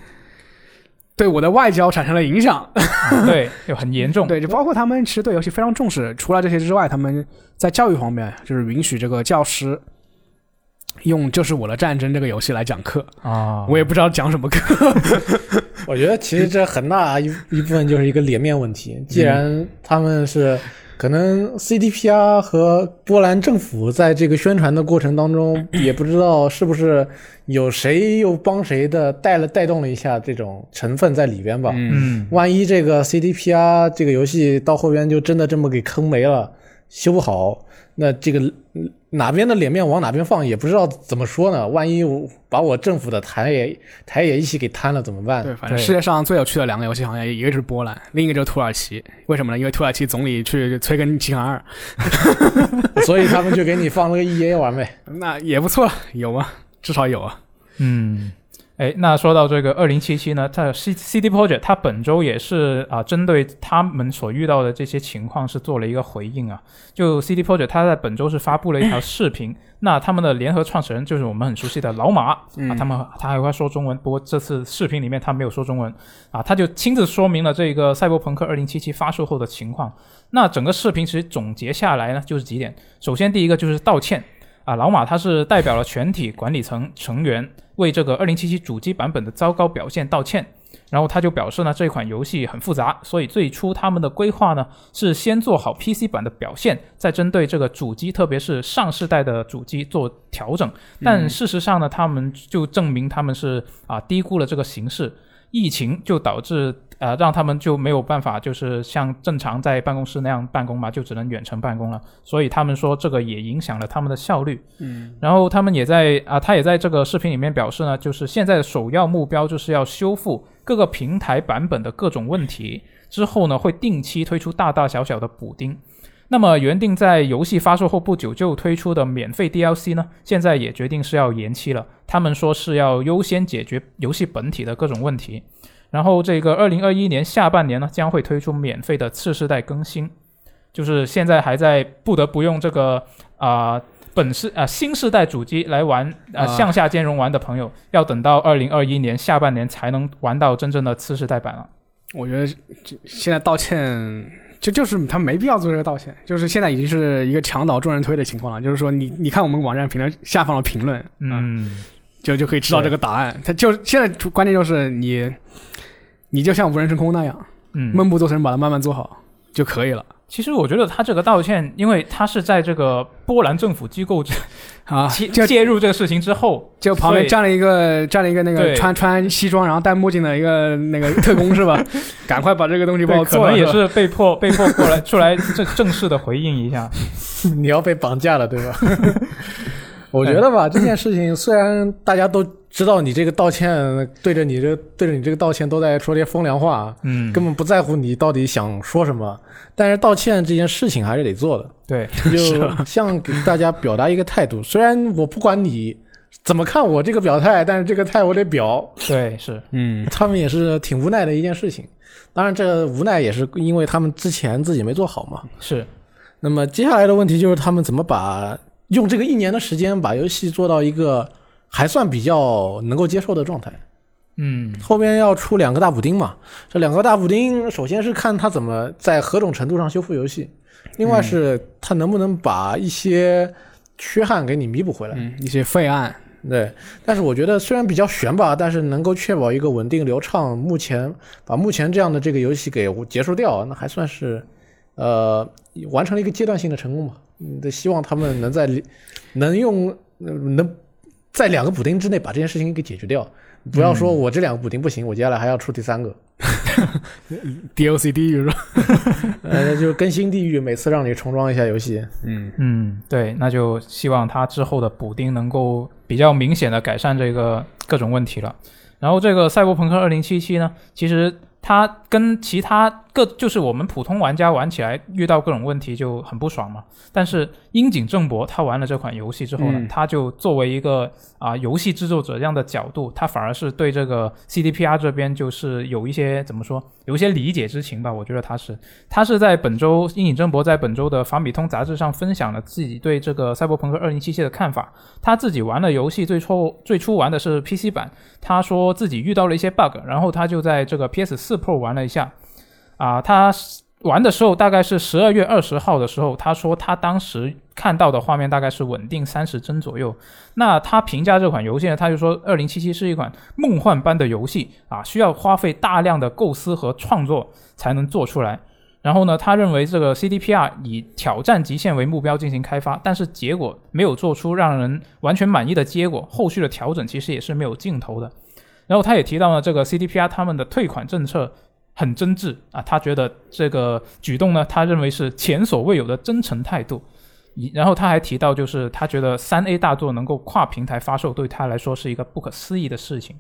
Speaker 2: 对我的外交产生了影响。
Speaker 1: 啊对，就很严重。
Speaker 2: 对，就包括他们其实对游戏非常重视。除了这些之外，他们在教育方面就是允许这个教师用《就是我的战争》这个游戏来讲课，
Speaker 1: 啊，
Speaker 2: 我也不知道讲什么课。
Speaker 3: 我觉得其实这很大一一部分就是一个脸面问题。既然他们是可能 CDPR 和波兰政府在这个宣传的过程当中，也不知道是不是有谁又帮谁的带了带动了一下这种成分在里边吧。
Speaker 1: 嗯，
Speaker 3: 万一这个 CDPR 这个游戏到后边就真的这么给坑没了，修不好，那这个嗯哪边的脸面往哪边放也不知道怎么说呢。万一我把我政府的台也台也一起给摊了怎么办？
Speaker 2: 对，反正
Speaker 1: 对
Speaker 2: 世界上最有趣的两个游戏行业，一个就是波兰，另一个就是土耳其。为什么呢？因为土耳其总理去催更《奇航二》，
Speaker 3: 所以他们就给你放了个 EA 玩呗。
Speaker 2: 那也不错，有吗？至少有啊。
Speaker 1: 嗯，哎，那说到这个二零七七呢，它 C CD Project 它本周也是啊，针对他们所遇到的这些情况是做了一个回应啊。就 CD Project 它在本周是发布了一条视频，那他们的联合创始人就是我们很熟悉的老马啊，他们他还会说中文，不过这次视频里面他没有说中文啊，他就亲自说明了这个《赛博朋克2077》发售后的情况。那整个视频其实总结下来呢，就是几点：首先第一个就是道歉。啊，老马他是代表了全体管理层成员为这个2077主机版本的糟糕表现道歉。然后他就表示呢，这款游戏很复杂，所以最初他们的规划呢是先做好 PC 版的表现，再针对这个主机，特别是上世代的主机做调整。但事实上呢，他们就证明他们是啊低估了这个形势。疫情就导致呃，让他们就没有办法，就是像正常在办公室那样办公嘛，就只能远程办公了。所以他们说这个也影响了他们的效率。
Speaker 2: 嗯，
Speaker 1: 然后他们也在啊，他也在这个视频里面表示呢，就是现在的首要目标就是要修复各个平台版本的各种问题，之后呢会定期推出大大小小的补丁。那么原定在游戏发售后不久就推出的免费 DLC 呢，现在也决定是要延期了。他们说是要优先解决游戏本体的各种问题，然后这个二零二一年下半年呢将会推出免费的次世代更新，就是现在还在不得不用这个啊、本世啊、新世代主机来玩啊、
Speaker 2: 啊
Speaker 1: 向下兼容玩的朋友，要等到二零二一年下半年才能玩到真正的次世代版了。
Speaker 2: 我觉得这现在道歉，就就是他没必要做这个道歉，就是现在已经是一个墙倒众人推的情况了。就是说你，你看我们网站评论下方的评论，啊
Speaker 1: 嗯，
Speaker 2: 就就可以知道这个答案。他就现在主关键就是你，你就像无人真空那样，
Speaker 1: 嗯
Speaker 2: 闷不作声，把它慢慢做好就可以了
Speaker 1: 其实我觉得他这个道歉，因为他是在这个波兰政府机构之
Speaker 2: 啊。
Speaker 1: 介
Speaker 2: 就
Speaker 1: 介入这个事情之后，
Speaker 2: 就旁边
Speaker 1: 对
Speaker 2: 站了一个站了一个那个
Speaker 1: 对
Speaker 2: 穿穿西装然后戴墨镜的一个那个特工是吧？ 赶快把这个东西帮我
Speaker 1: 对，可
Speaker 2: 做了
Speaker 1: 能也
Speaker 2: 吧
Speaker 1: 是被迫被迫过来出来正正式的回应一下。
Speaker 3: 你要被绑架了，对吧？ 哎我觉得吧，这件事情虽然大家都知道你这个道歉，对着你这对着你这个道歉都在说些风凉话，
Speaker 1: 嗯，
Speaker 3: 根本不在乎你到底想说什么，但是道歉这件事情还是得 做的。
Speaker 1: 对，
Speaker 3: 就向给大家表达一个态度。虽然我不管你怎么看我这个表态，但是这个态我得表。
Speaker 1: 对是，
Speaker 2: 嗯
Speaker 3: 他们也是挺无奈的一件事情，当然这个无奈也是因为他们之前自己没做好嘛。
Speaker 1: 是，
Speaker 3: 那么接下来的问题就是他们怎么把用这个一年的时间把游戏做到一个还算比较能够接受的状态。
Speaker 1: 嗯
Speaker 3: 后边要出两个大补丁嘛，这两个大补丁，首先是看他怎么在何种程度上修复游戏，另外是他能不能把一些缺憾给你弥补回来。
Speaker 2: 嗯，一些废案，
Speaker 3: 对，但是我觉得虽然比较悬吧，但是能够确保一个稳定流畅，目前把目前这样的这个游戏给结束掉，那还算是呃完成了一个阶段性的成功吧。嗯，对希望他们能在里能用呃能在两个补丁之内把这件事情给解决掉，不要
Speaker 2: 嗯
Speaker 3: 说我这两个补丁不行，我接下来还要出第三个，
Speaker 2: DOCD 是吧？
Speaker 3: 呃，就是更新地狱，每次让你重装一下游戏。
Speaker 2: 嗯，
Speaker 1: 嗯对，那就希望他之后的补丁能够比较明显的改善这个各种问题了。然后这个《赛博朋克2077》呢，其实它跟其他各就是我们普通玩家玩起来遇到各种问题就很不爽嘛。但是樱井正博他玩了这款游戏之后呢，
Speaker 2: 嗯
Speaker 1: 他就作为一个啊、游戏制作者这样的角度，他反而是对这个 CDPR 这边就是有一些怎么说，有一些理解之情吧。我觉得他是他是在本周樱井正博在本周的法米通杂志上分享了自己对这个《赛博朋克2077》的看法。他自己玩了游戏，最初最初玩的是 PC 版，他说自己遇到了一些 bug，然后他就在这个 PS 4 Pro 玩了一下，啊，他玩的时候大概是十二月二十号的时候，他说他当时看到的画面大概是稳定三十帧左右。那他评价这款游戏呢，他就说二零七七是一款梦幻般的游戏啊，需要花费大量的构思和创作才能做出来。然后呢，他认为这个 CDPR 以挑战极限为目标进行开发，但是结果没有做出让人完全满意的结果，后续的调整其实也是没有尽头的。然后他也提到了这个 CDPR 他们的退款政策很真挚啊，他觉得这个举动呢，他认为是前所未有的真诚态度。以然后他还提到，就是他觉得三 A 大作能够跨平台发售，对他来说是一个不可思议的事情。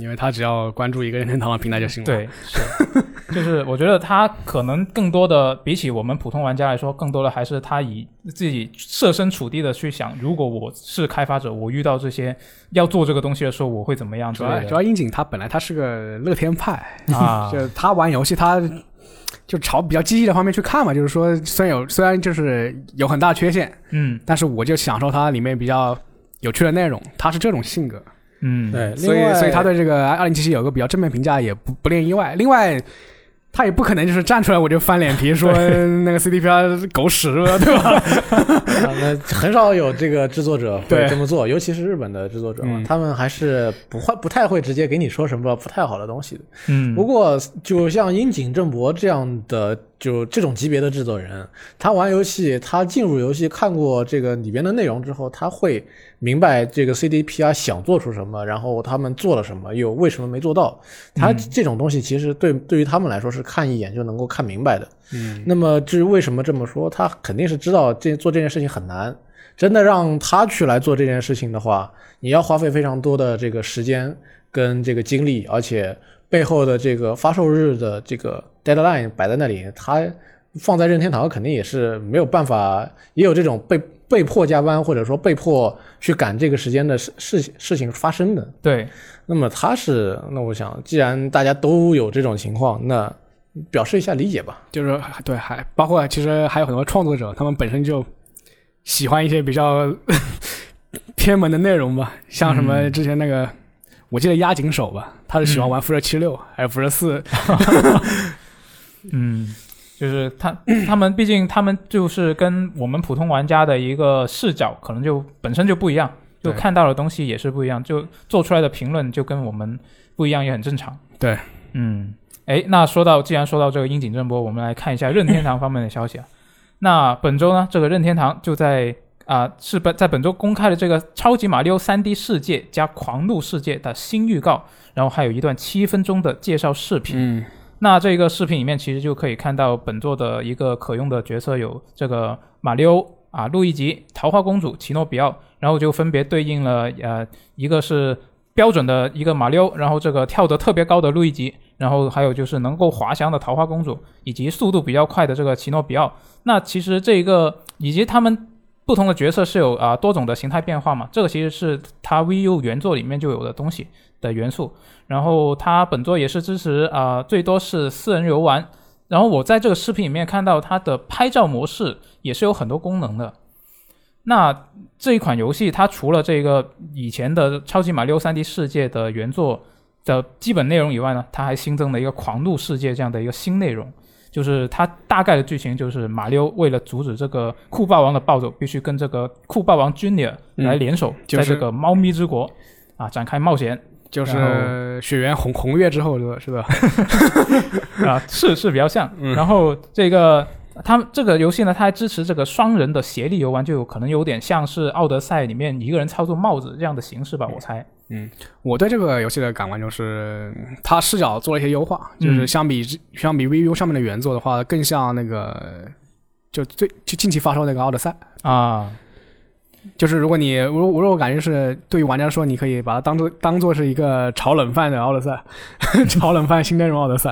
Speaker 2: 因为他只要关注一个任天堂的平台就行了。，
Speaker 1: 对，是， 就是我觉得他可能更多的比起我们普通玩家来说，更多的还是他以自己设身处地的去想，如果我是开发者，我遇到这些要做这个东西的时候，我会怎么样之
Speaker 2: 主要
Speaker 1: 类
Speaker 2: 主要樱井他本来他是个乐天派，
Speaker 1: 的啊
Speaker 2: 就。是他玩游戏，他就朝比较积极的方面去看嘛。就是说，虽然有虽然就是有很大缺陷，
Speaker 1: 嗯
Speaker 2: 但是我就享受它里面比较有趣的内容。他是这种性格，
Speaker 1: 嗯，
Speaker 3: 对，
Speaker 2: 所
Speaker 3: 另
Speaker 2: 以
Speaker 3: 外
Speaker 2: 所以他对这个二零七七有个比较正面评价，也不不令意外。另外，他也不可能就是站出来我就翻脸皮说那个 CDPR 狗屎，对吧？
Speaker 3: 啊那很少有这个制作者会
Speaker 2: 对
Speaker 3: 这么做，尤其是日本的制作者嘛，
Speaker 2: 嗯
Speaker 3: 他们还是不会不太会直接给你说什么不太好的东西的。
Speaker 1: 嗯
Speaker 3: 不过，就像樱井正博这样的，就这种级别的制作人，他玩游戏，他进入游戏看过这个里边的内容之后，他会明白这个 CDPR 想做出什么，然后他们做了什么，又为什么没做到。
Speaker 2: 嗯
Speaker 3: 他这种东西其实对对于他们来说是看一眼就能够看明白的。
Speaker 2: 嗯，
Speaker 3: 那么至于为什么这么说，他肯定是知道这做这件事情很难。真的让他去来做这件事情的话，你要花费非常多的这个时间跟这个精力，而且背后的这个发售日的这个 deadline 摆在那里，他放在任天堂肯定也是没有办法，也有这种被被迫加班或者说被迫去赶这个时间的事事情事情发生的。
Speaker 1: 对，
Speaker 3: 那么他是，那我想，既然大家都有这种情况，那表示一下理解吧。
Speaker 2: 就是对，还包括其实还有很多创作者，他们本身就喜欢一些比较 偏门的内容吧，像什么
Speaker 1: 嗯
Speaker 2: 之前那个。我记得押井守吧，他是喜欢玩辐射七六，还有辐射四，
Speaker 1: 嗯，就是他他们毕竟他们就是跟我们普通玩家的一个视角可能就本身就不一样，就
Speaker 2: 对
Speaker 1: 看到的东西也是不一样，就做出来的评论就跟我们不一样，也很正常。
Speaker 2: 对，
Speaker 1: 嗯，哎，那说到既然说到这个樱井正博，我们来看一下任天堂方面的消息啊。那本周呢，这个任天堂就在啊、是本在本周公开了这个《超级马里奥 3D 世界》加《狂怒世界》的新预告，然后还有一段七分钟的介绍视频。
Speaker 2: 嗯，
Speaker 1: 那这个视频里面其实就可以看到本作的一个可用的角色有这个马里欧啊、路易吉、桃花公主、奇诺比奥，然后就分别对应了呃，一个是标准的一个马里欧，然后这个跳得特别高的路易吉，然后还有就是能够滑翔的桃花公主，以及速度比较快的这个奇诺比奥。那其实这一个以及他们。不同的角色是有啊、多种的形态变化嘛，这个其实是它 VU 原作里面就有的东西的元素。然后它本作也是支持啊、呃最多是四人游玩。然后我在这个视频里面看到它的拍照模式也是有很多功能的。那这一款游戏它除了这个以前的《超级马里奥 3D 世界》的原作的基本内容以外呢，它还新增了一个狂怒世界这样的一个新内容。就是它大概的剧情就是马里奥为了阻止这个酷霸王的暴走，必须跟这个酷霸王 Junior 来联手，
Speaker 2: 嗯就是
Speaker 1: 在这个猫咪之国啊展开冒险。
Speaker 2: 就是血缘红红月之后，是吧？
Speaker 1: 啊，是是比较像。
Speaker 2: 嗯
Speaker 1: 然后这个他们这个游戏呢，它还支持这个双人的协力游玩，就有可能有点像是《奥德赛》里面一个人操作帽子这样的形式吧，我猜。
Speaker 2: 我对这个游戏的感官就是，嗯它视角做了一些优化，
Speaker 1: 嗯
Speaker 2: 就是相比之、相比 VU 上面的原作的话，更像那个就最就近期发售那个《奥德赛》。
Speaker 1: 啊，
Speaker 2: 就是如果你我我我感觉是对于玩家说，你可以把它当做当做是一个炒冷饭的《奥德赛》， 炒冷饭新内容《奥德赛》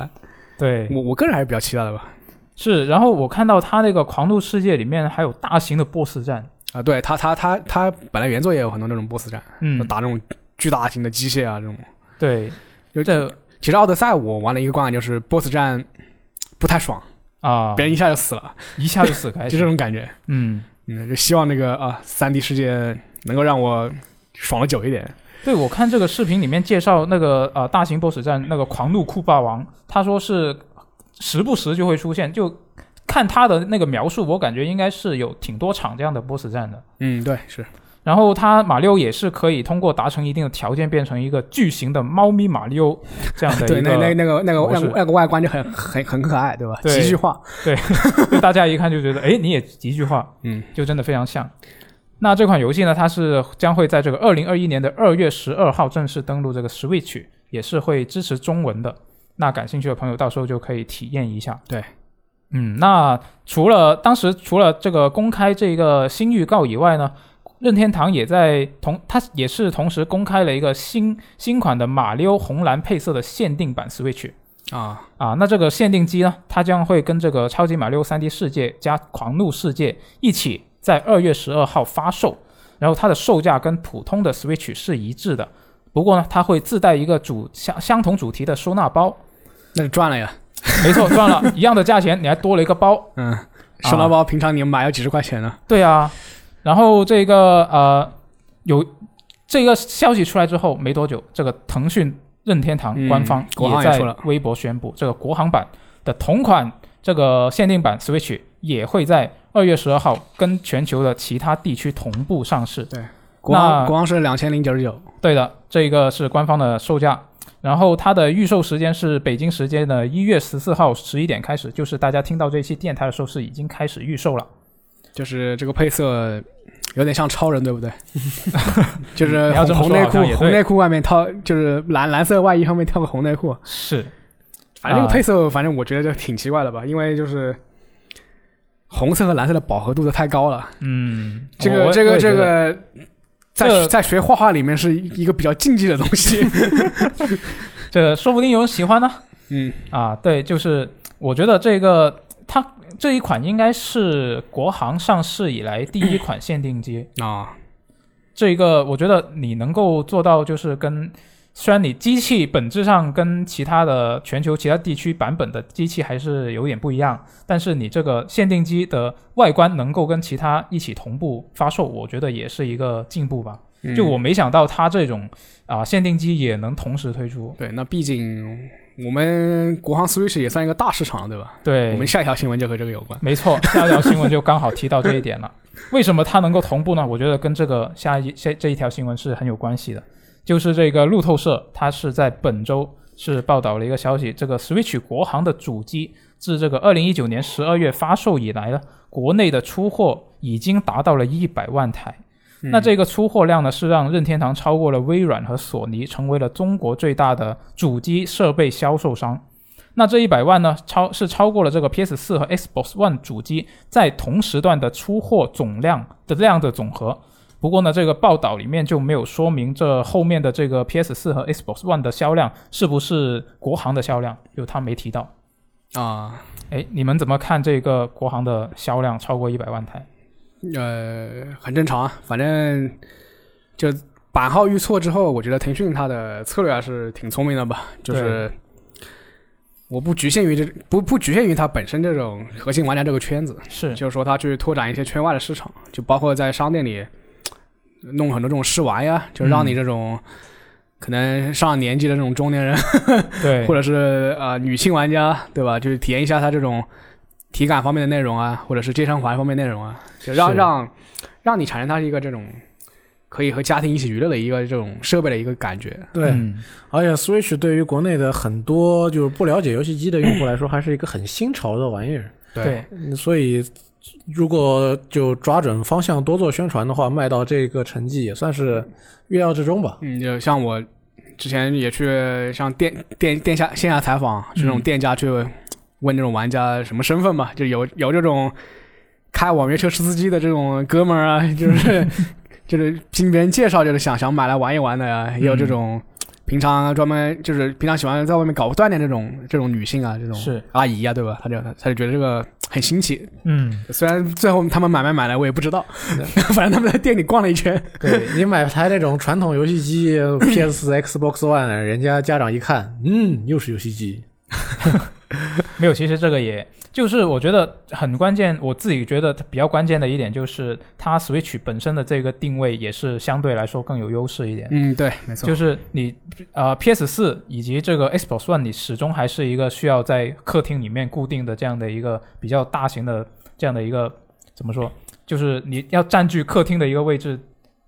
Speaker 1: 对，
Speaker 2: 我我个人还是比较期待的吧。
Speaker 1: 是。然后我看到他那个《狂怒世界》里面还有大型的 BOSS 战，
Speaker 2: 啊，对他他他他本来原作也有很多那种 BOSS 战，
Speaker 1: 嗯，
Speaker 2: 打那种巨大型的机械啊这种。
Speaker 1: 对，
Speaker 2: 就这，其实奥德赛我玩了一个观感就是 BOSS 战不太爽，
Speaker 1: 啊，
Speaker 2: 别人一下就死了，
Speaker 1: 一下就死开
Speaker 2: 就这
Speaker 1: 始，
Speaker 2: 种感觉。
Speaker 1: 嗯。
Speaker 2: 嗯，就希望那个啊三 D 世界能够让我爽的久一点。
Speaker 1: 对，我看这个视频里面介绍那个呃大型 BOSS 战那个狂怒酷霸王，他说是时不时就会出现，就看他的那个描述，我感觉应该是有挺多场这样的 BOSS 战的。
Speaker 2: 嗯，对，是
Speaker 1: 然后他马六也是可以通过达成一定的条件，变成一个巨型的猫咪马六这样的 一
Speaker 2: 对，那那
Speaker 1: 个，
Speaker 2: 那个那个
Speaker 1: 模
Speaker 2: 那
Speaker 1: 式
Speaker 2: 个那个外观就很很很可爱，对吧？
Speaker 1: 对
Speaker 2: 极具化。
Speaker 1: 就大家一看就觉得，哎，你也一句话，
Speaker 2: 嗯，
Speaker 1: 就真的非常像。那这款游戏呢，它是将会在这个二零二一年的二月十二号正式登陆这个 Switch，也是会支持中文的。那感兴趣的朋友到时候就可以体验一下。
Speaker 2: 对，
Speaker 1: 嗯，那除了当时除了这个公开这个新预告以外呢，任天堂也在同它也是同时公开了一个新新款的马里奥红蓝配色的限定版 Switch。
Speaker 2: 啊，
Speaker 1: 啊，那这个限定机呢，它将会跟这个《超级马里奥 3D 世界》加《狂怒世界》一起在二月十二号发售，然后它的售价跟普通的 Switch 是一致的，不过呢，它会自带一个主相相同主题的收纳包，
Speaker 2: 那就赚了呀。
Speaker 1: 没错，赚了一样的价钱，你还多了一个包，
Speaker 2: 嗯，收纳包平常你买要几十块钱呢。
Speaker 1: 对啊，然后这个呃，有这个消息出来之后没多久，这个腾讯、任天堂
Speaker 2: 嗯
Speaker 1: 官方
Speaker 2: 国行
Speaker 1: 也
Speaker 2: 也
Speaker 1: 在
Speaker 2: 出了
Speaker 1: 微博宣布，这个国行版的同款这个限定版 Switch 也会在二月十二号跟全球的其他地区同步上市。
Speaker 2: 国行
Speaker 1: 那
Speaker 2: 国行是两千零九十九，
Speaker 1: 对的，这个是官方的售价。然后它的预售时间是北京时间的
Speaker 2: 嗯
Speaker 1: 一月十四号十一点开始，就是大家听到这期电台的时候是已经开始预售了。
Speaker 2: 就是这个配色有点像超人，对 不对？就是
Speaker 1: 你要这
Speaker 2: 红
Speaker 1: 么说
Speaker 2: 红内
Speaker 1: 好像
Speaker 2: 裤
Speaker 1: 也，对
Speaker 2: 红内裤外面套就是蓝蓝色外衣，后面套个红内裤，
Speaker 1: 是，
Speaker 2: 反正这
Speaker 1: 啊
Speaker 2: 个配色，反正我觉得就挺奇怪的吧，因为就是红色和蓝色的饱和度都太高了。
Speaker 1: 嗯，
Speaker 2: 这
Speaker 1: 我
Speaker 2: 个
Speaker 1: 我
Speaker 2: 这
Speaker 1: 我
Speaker 2: 个
Speaker 1: 也觉
Speaker 2: 这
Speaker 1: 得
Speaker 2: 个，在
Speaker 1: 这
Speaker 2: 在学画画里面是一个比较禁忌的东 西。
Speaker 1: 这个说不定有人喜欢呢。
Speaker 2: 嗯，
Speaker 1: 啊，对，就是我觉得这个它这一款应该是国行上市以来第一款限定机。
Speaker 2: 啊，
Speaker 1: 这个我觉得你能够做到，就是跟虽然你机器本质上跟其他的全球其他地区版本的机器还是有点不一样，但是你这个限定机的外观能够跟其他一起同步发售，我觉得也是一个进步吧。
Speaker 2: 嗯
Speaker 1: 就我没想到它这种啊、限定机也能同时推出，
Speaker 2: 对，那毕竟我们国行 Switch 也算一个大市场，对吧？
Speaker 1: 对，
Speaker 2: 我们下一条新闻就和这个有关。
Speaker 1: 没错，下一条新闻就刚好提到这一点了。为什么它能够同步呢？我觉得跟这个下一下这一条新闻是很有关系的，就是这个路透社它是在本周是报道了一个消息，这个 Switch 国行的主机自这个二零一九年十二月发售以来呢，国内的出货已经达到了一百万台。那这个出货量呢，是让任天堂超过了微软和索尼，成为了中国最大的主机设备销售商。那这一百万呢，超是超过了这个 PS 4和 Xbox One 主机在同时段的出货总量的量的总和。不过呢，这个报道里面就没有说明这后面的这个 PS 4和 Xbox One 的销量是不是国行的销量，就他没提到。
Speaker 2: 啊，
Speaker 1: 哎，你们怎么看这个国行的销量超过一百万台？
Speaker 2: 呃，很正常啊，反正就版号预错之后，我觉得腾讯它的策略还是挺聪明的吧，就是。我不局限于这不不局限于它本身这种核心玩家这个圈子，
Speaker 1: 是
Speaker 2: 就是说他去拓展一些圈外的市场，就包括在商店里呃弄很多这种试玩呀，就让你这种、可能上了年纪的这种中年人，
Speaker 1: 对，
Speaker 2: 或者是呃女性玩家，对吧？就是体验一下它这种体感方面的内容啊，或者是健身环方面内容啊，就让
Speaker 1: 是
Speaker 2: 让让你产生它一个这种可以和家庭一起娱乐的一个这种设备的一个感觉。
Speaker 3: 对，
Speaker 1: 嗯
Speaker 3: 而且 Switch 对于国内的很多就是不了解游戏机的用户来说，还是一个很新潮的玩意儿。
Speaker 1: 对，
Speaker 3: 嗯所以，如果就抓准方向多做宣传的话，卖到这个成绩也算是预料之中吧。
Speaker 2: 嗯，就像我之前也去像店店店下线下采访，去那种
Speaker 1: 嗯
Speaker 2: 店家去问这种玩家什么身份嘛，就有有这种开网约车司机的这种哥们儿啊，就是 就是经别人介绍，就是想想买来玩一玩的呀、也有这
Speaker 1: 嗯
Speaker 2: 种平常专门就是平常喜欢在外面搞锻炼这种这种女性啊，这种
Speaker 1: 是，
Speaker 2: 阿姨啊，对吧？他就他就觉得这个很新奇，
Speaker 1: 嗯，
Speaker 2: 虽然最后他们买没买来我也不知道， 反正他们在店里逛了一圈，
Speaker 3: 对你买台那种传统游戏 机 PS、Xbox One，人家家长一看，嗯，又是游戏机，
Speaker 1: 没有，其实这个也就是我觉得很关键，我自己觉得比较关键的一点就是它 Switch 本身的这个定位也是相对来说更有优势一点。
Speaker 2: 嗯，对，没错，
Speaker 1: 就是你呃 PS 四以及这个 Xbox One，你始终还是一个需要在客厅里面固定的这样的一个比较大型的这样的一个怎么说，就是你要占据客厅的一个位置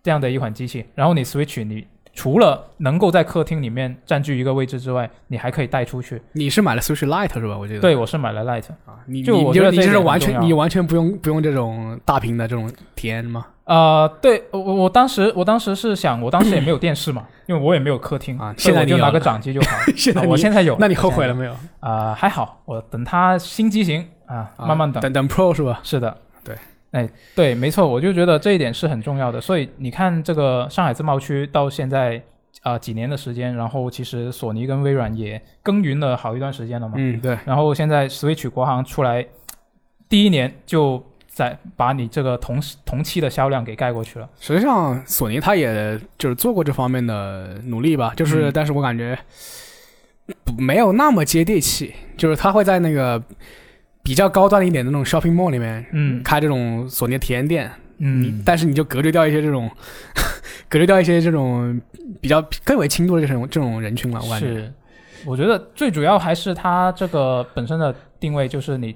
Speaker 1: 这样的一款机器。然后你 Switch 你除了能够在客厅里面占据一个位置之外，你还可以带出去。
Speaker 2: 你是买了 Switch Lite 是吧？我记得
Speaker 1: 对我是买了 Lite。
Speaker 2: 啊，你
Speaker 1: 就
Speaker 2: 你
Speaker 1: 我
Speaker 2: 你
Speaker 1: 觉得
Speaker 2: 你
Speaker 1: 这一
Speaker 2: 就是
Speaker 1: 点
Speaker 2: 完
Speaker 1: 很重
Speaker 2: 全
Speaker 1: 要
Speaker 2: 你完全不用不用这种大屏的这种体 验吗？
Speaker 1: 呃，对我我当时我当时是想，我当时也没有电视嘛，因为我也没有客厅
Speaker 2: 啊
Speaker 1: 所以
Speaker 2: 现在
Speaker 1: 我
Speaker 2: 你
Speaker 1: 就
Speaker 2: 有
Speaker 1: 拿个
Speaker 2: 了
Speaker 1: 掌机就好。
Speaker 2: 现在
Speaker 1: 啊我
Speaker 2: 你
Speaker 1: 现在有，
Speaker 2: 那你后悔了
Speaker 1: 吗？
Speaker 2: 没有？
Speaker 1: 啊、还好，我等它新机型啊，慢慢
Speaker 2: 啊
Speaker 1: 等。
Speaker 2: 等等 Pro 是吧？
Speaker 1: 是的，
Speaker 2: 对，
Speaker 1: 哎，对，没错，我就觉得这一点是很重要的。所以你看，这个上海自贸区到现在啊、呃几年的时间，然后其实索尼跟微软也耕耘了好一段时间了嘛。
Speaker 2: 嗯，对，
Speaker 1: 然后现在 Switch 国行出来第一年就在把你这个同时同期的销量给盖过去了。
Speaker 2: 实际上索尼它也就是做过这方面的努力吧，就是、
Speaker 1: 嗯
Speaker 2: 但是我感觉不没有那么接地气，就是它会在那个比较高端一点的那种 shopping mall 里面。
Speaker 1: 嗯
Speaker 2: 开这种索尼的体验店，你
Speaker 1: 嗯，
Speaker 2: 但是你就隔绝掉一些这种， 隔绝掉一些这种比较更为轻度的这种这种人群了，我感觉。
Speaker 1: 是，我觉得最主要还是它这个本身的定位就是你，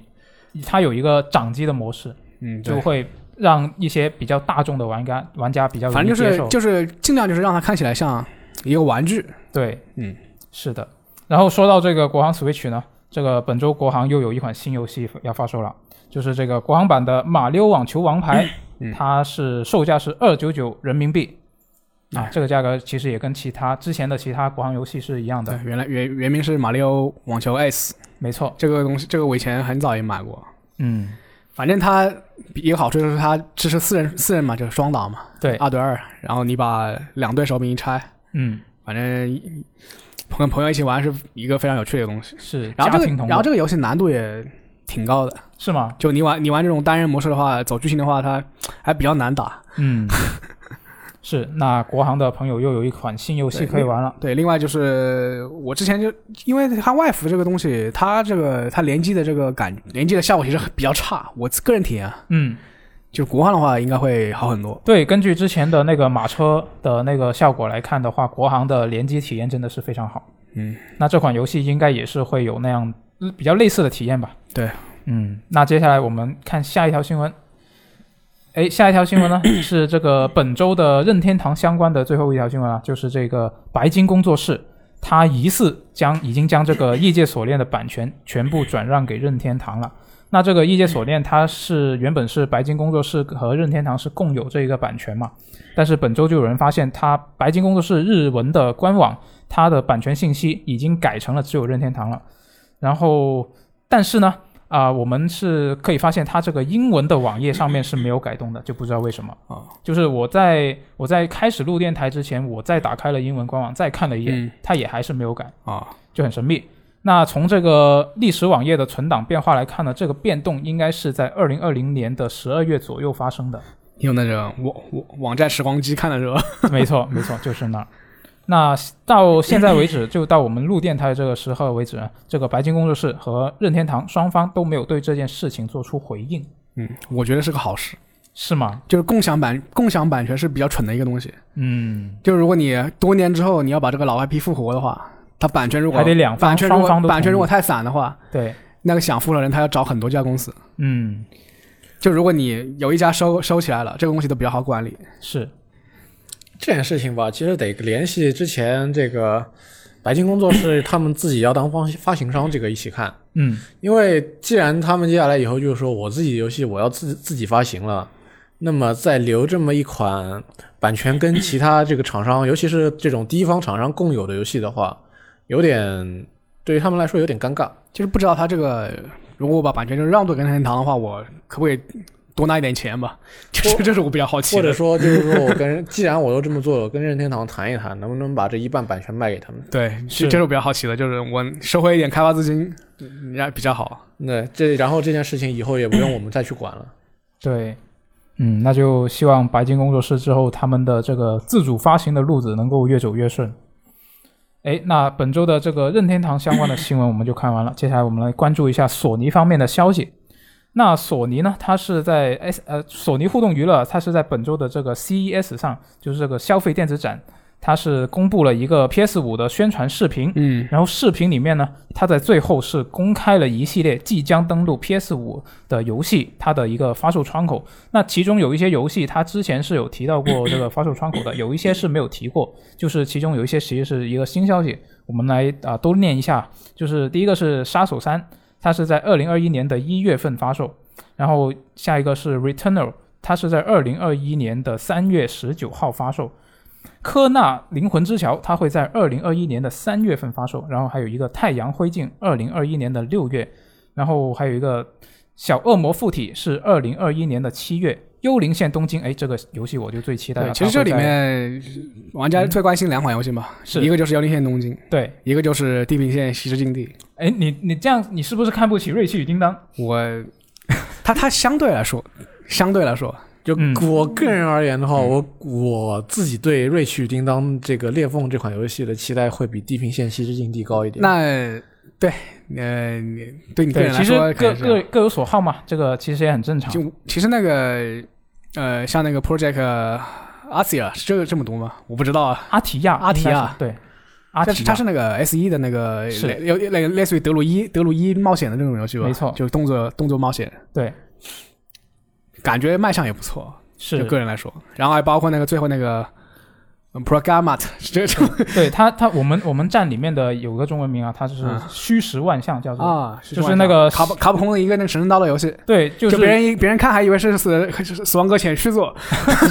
Speaker 1: 它有一个掌机的模式，
Speaker 2: 嗯，
Speaker 1: 就
Speaker 2: 对，
Speaker 1: 会让一些比较大众的玩家玩家比较容
Speaker 2: 反
Speaker 1: 易
Speaker 2: 正就
Speaker 1: 接受。
Speaker 2: 是就是尽量就是让它看起来像一个玩具，
Speaker 1: 对，
Speaker 2: 嗯，
Speaker 1: 是的。然后说到这个国行 Switch 呢，这个本周国行又有一款新游戏要发售了，就是这个国行版的《马里奥网球王牌》
Speaker 2: 嗯
Speaker 1: 它是售价是二九九人民币。
Speaker 2: 哎
Speaker 1: 啊，这个价格其实也跟其他之前的其他国行游戏是一样
Speaker 2: 对
Speaker 1: 的，，
Speaker 2: 原来原原名是马里奥网球 S
Speaker 1: 没错。
Speaker 2: 这个东西，这个我以前很早也买过，
Speaker 1: 嗯，
Speaker 2: 反正它一个好处就是它支持四人四人嘛，就是双打嘛，
Speaker 1: 对
Speaker 2: 二对二，然后你把两对手柄一拆，
Speaker 1: 嗯，
Speaker 2: 反正跟朋友一起玩是一个非常有趣的东西。
Speaker 1: 是
Speaker 2: 然
Speaker 1: 家
Speaker 2: 后这
Speaker 1: 庭
Speaker 2: 个
Speaker 1: 同
Speaker 2: 然后
Speaker 1: 乐
Speaker 2: 这个游戏难度也挺高的，
Speaker 1: 是吗？
Speaker 2: 就你玩你玩这种单人模式的话，走剧情的话，它还比较难打。
Speaker 1: 嗯，是。那国行的朋友又有一款新游戏
Speaker 2: 对
Speaker 1: 可以玩了。
Speaker 2: 对，另外就是我之前就因为它外服这个东西，它这个它联机的这个感联机的效果其实比较差，我个人体验啊，
Speaker 1: 嗯，
Speaker 2: 就国行的话应该会好很多。
Speaker 1: 对，根据之前的那个马车的那个效果来看的话，国行的联机体验真的是非常好。
Speaker 2: 嗯，
Speaker 1: 那这款游戏应该也是会有那样嗯比较类似的体验吧？
Speaker 2: 对，
Speaker 1: 嗯，那接下来我们看下一条新闻。哎，下一条新闻呢是这个本周的任天堂相关的最后一条新闻啊，就是这个白金工作室，它疑似将已经将这个《异界锁链》的版权全部转让给任天堂了。那这个《异界锁链》它是原本是白金工作室和任天堂是共有这一个版权嘛，但是本周就有人发现，它白金工作室日文的官网它的版权信息已经改成了只有任天堂了。然后，但是呢，啊、我们是可以发现它这个英文的网页上面是没有改动的，就不知道为什么
Speaker 2: 哦。
Speaker 1: 就是我在我在开始录电台之前，我再打开了英文官网再看了一眼，
Speaker 2: 嗯
Speaker 1: 它也还是没有改。
Speaker 2: 啊，
Speaker 1: 就很神秘。那从这个历史网页的存档变化来看呢，这个变动应该是在二零二零年的十二月左右发生的。
Speaker 2: 用那种网网网站时光机看的时候，
Speaker 1: 没错，没错，就是那儿。 那到现在为止，就到我们录电台这个时候为止呢，这个白金工作室和任天堂双方都没有对这件事情做出回应，
Speaker 2: 嗯，我觉得是个好事。
Speaker 1: 是吗？
Speaker 2: 就是共享版共享版权是比较蠢的一个东西。
Speaker 1: 嗯，
Speaker 2: 就是如果你多年之后你要把这个老 IP 复活的话，它版权如果
Speaker 1: 还得两方
Speaker 2: 版权如
Speaker 1: 双方
Speaker 2: 果
Speaker 1: 都
Speaker 2: 版
Speaker 1: 同意
Speaker 2: 权如果太散的话，
Speaker 1: 对，
Speaker 2: 那个想复的人他要找很多家公司。
Speaker 1: 嗯，
Speaker 2: 就如果你有一家收收起来了，这个东西都比较好管理。
Speaker 1: 是，
Speaker 3: 这件事情吧，其实得联系之前这个白金工作室他们自己要当方发行商这个一起看，
Speaker 1: 嗯，
Speaker 3: 因为既然他们接下来以后就是说我自己游戏我要自自己发行了，那么再留这么一款版权跟其他这个厂商，尤其是这种第一方厂商共有的游戏的话，有点对于他们来说有点尴尬。
Speaker 2: 就是不知道他这个，如果我把版权就让渡给任天堂的话，我可不可以多拿一点钱吧？ 就是这是我比较好奇
Speaker 3: 或者
Speaker 2: 的。
Speaker 3: 说，就是说我跟既然我都这么做了，我跟任天堂谈一谈，能不能把这一半版权卖给他们？
Speaker 2: 对，
Speaker 1: 是
Speaker 2: 这这是我比较好奇的，就是我收回一点开发资金，那比较好。
Speaker 3: 那这然后这件事情以后也不用我们再去管了。
Speaker 1: 对，嗯，那就希望白金工作室之后他们的这个自主发行的路子能够越走越顺。哎，那本周的这个任天堂相关的新闻我们就看完了，接下来我们来关注一下索尼方面的消息。那索尼呢，它是在 S 呃索尼互动娱乐，它是在本周的这个 CES 上，就是这个消费电子展，它是公布了一个 PS 五的宣传视频。
Speaker 2: 嗯，
Speaker 1: 然后视频里面呢，它在最后是公开了一系列即将登陆 PS 五的游戏，它的一个发售窗口。那其中有一些游戏，它之前是有提到过这个发售窗口的，有一些是没有提过。就是其中有一些其实是一个新消息，我们来啊、都念一下。就是第一个是《杀手三》，它是在二零二一年的一月份发售，然后下一个是《Returnal》，它是在二零二一年的三月十九号发售。科纳灵魂之桥，它会在二零二一年的三月份发售，然后还有一个太阳灰烬，二零二一年的六月，然后还有一个小恶魔附体是二零二一年的七月，幽灵线东京，哎，这个游戏我就最期待了。啊
Speaker 2: 对，其实
Speaker 1: 它
Speaker 2: 这
Speaker 1: 会
Speaker 2: 里
Speaker 1: 在
Speaker 2: 面玩家最关心两款游戏嘛，
Speaker 1: 嗯是
Speaker 2: 一个就是《幺零线东京》，
Speaker 1: 对，
Speaker 2: 一个就是《地平线：西之境地
Speaker 1: 哎，你你这样，你是不是看不起瑞奇与叮当？》。
Speaker 2: 我，它它相对来说，相对来说，
Speaker 3: 就
Speaker 1: 嗯
Speaker 3: 我个人而言的话，我我自己对《瑞奇与叮当》这个裂缝这款游戏的期待会比《地平线：西之境地》高一点。
Speaker 2: 那对，呃，你对你个
Speaker 1: 对，
Speaker 2: 人来
Speaker 1: 其实
Speaker 2: 说，可
Speaker 1: 各
Speaker 2: 能是啊
Speaker 1: 各各有所好嘛，这个其实也很正常。
Speaker 2: 就其实那个呃，像那个 Project Asia 是这个这么读吗？我不知道啊。
Speaker 1: 阿提亚，
Speaker 2: 阿提亚
Speaker 1: 应该是对，阿
Speaker 2: 它
Speaker 1: 奇
Speaker 2: 是
Speaker 1: 啊
Speaker 2: 它是那个 S 一的那个，
Speaker 1: 是
Speaker 2: 类有类类似于德鲁伊德鲁伊冒险的这种游戏吧？
Speaker 1: 没错
Speaker 2: 就是动作动作冒险，
Speaker 1: 对，
Speaker 2: 感觉卖相也不错，就是个人来说。然后还包括那个最后那个 p r o g r a m a t 这种
Speaker 1: 对他他我们我们站里面的有个中文名啊，他就是
Speaker 2: 嗯
Speaker 1: 虚实万象叫做，
Speaker 2: 啊，
Speaker 1: 就是那个
Speaker 2: 卡普卡普空的一个那个神圣刀的游戏，
Speaker 1: 对，就
Speaker 2: 就是别人一别人看还以为是死是死亡搁浅续作，
Speaker 1: 是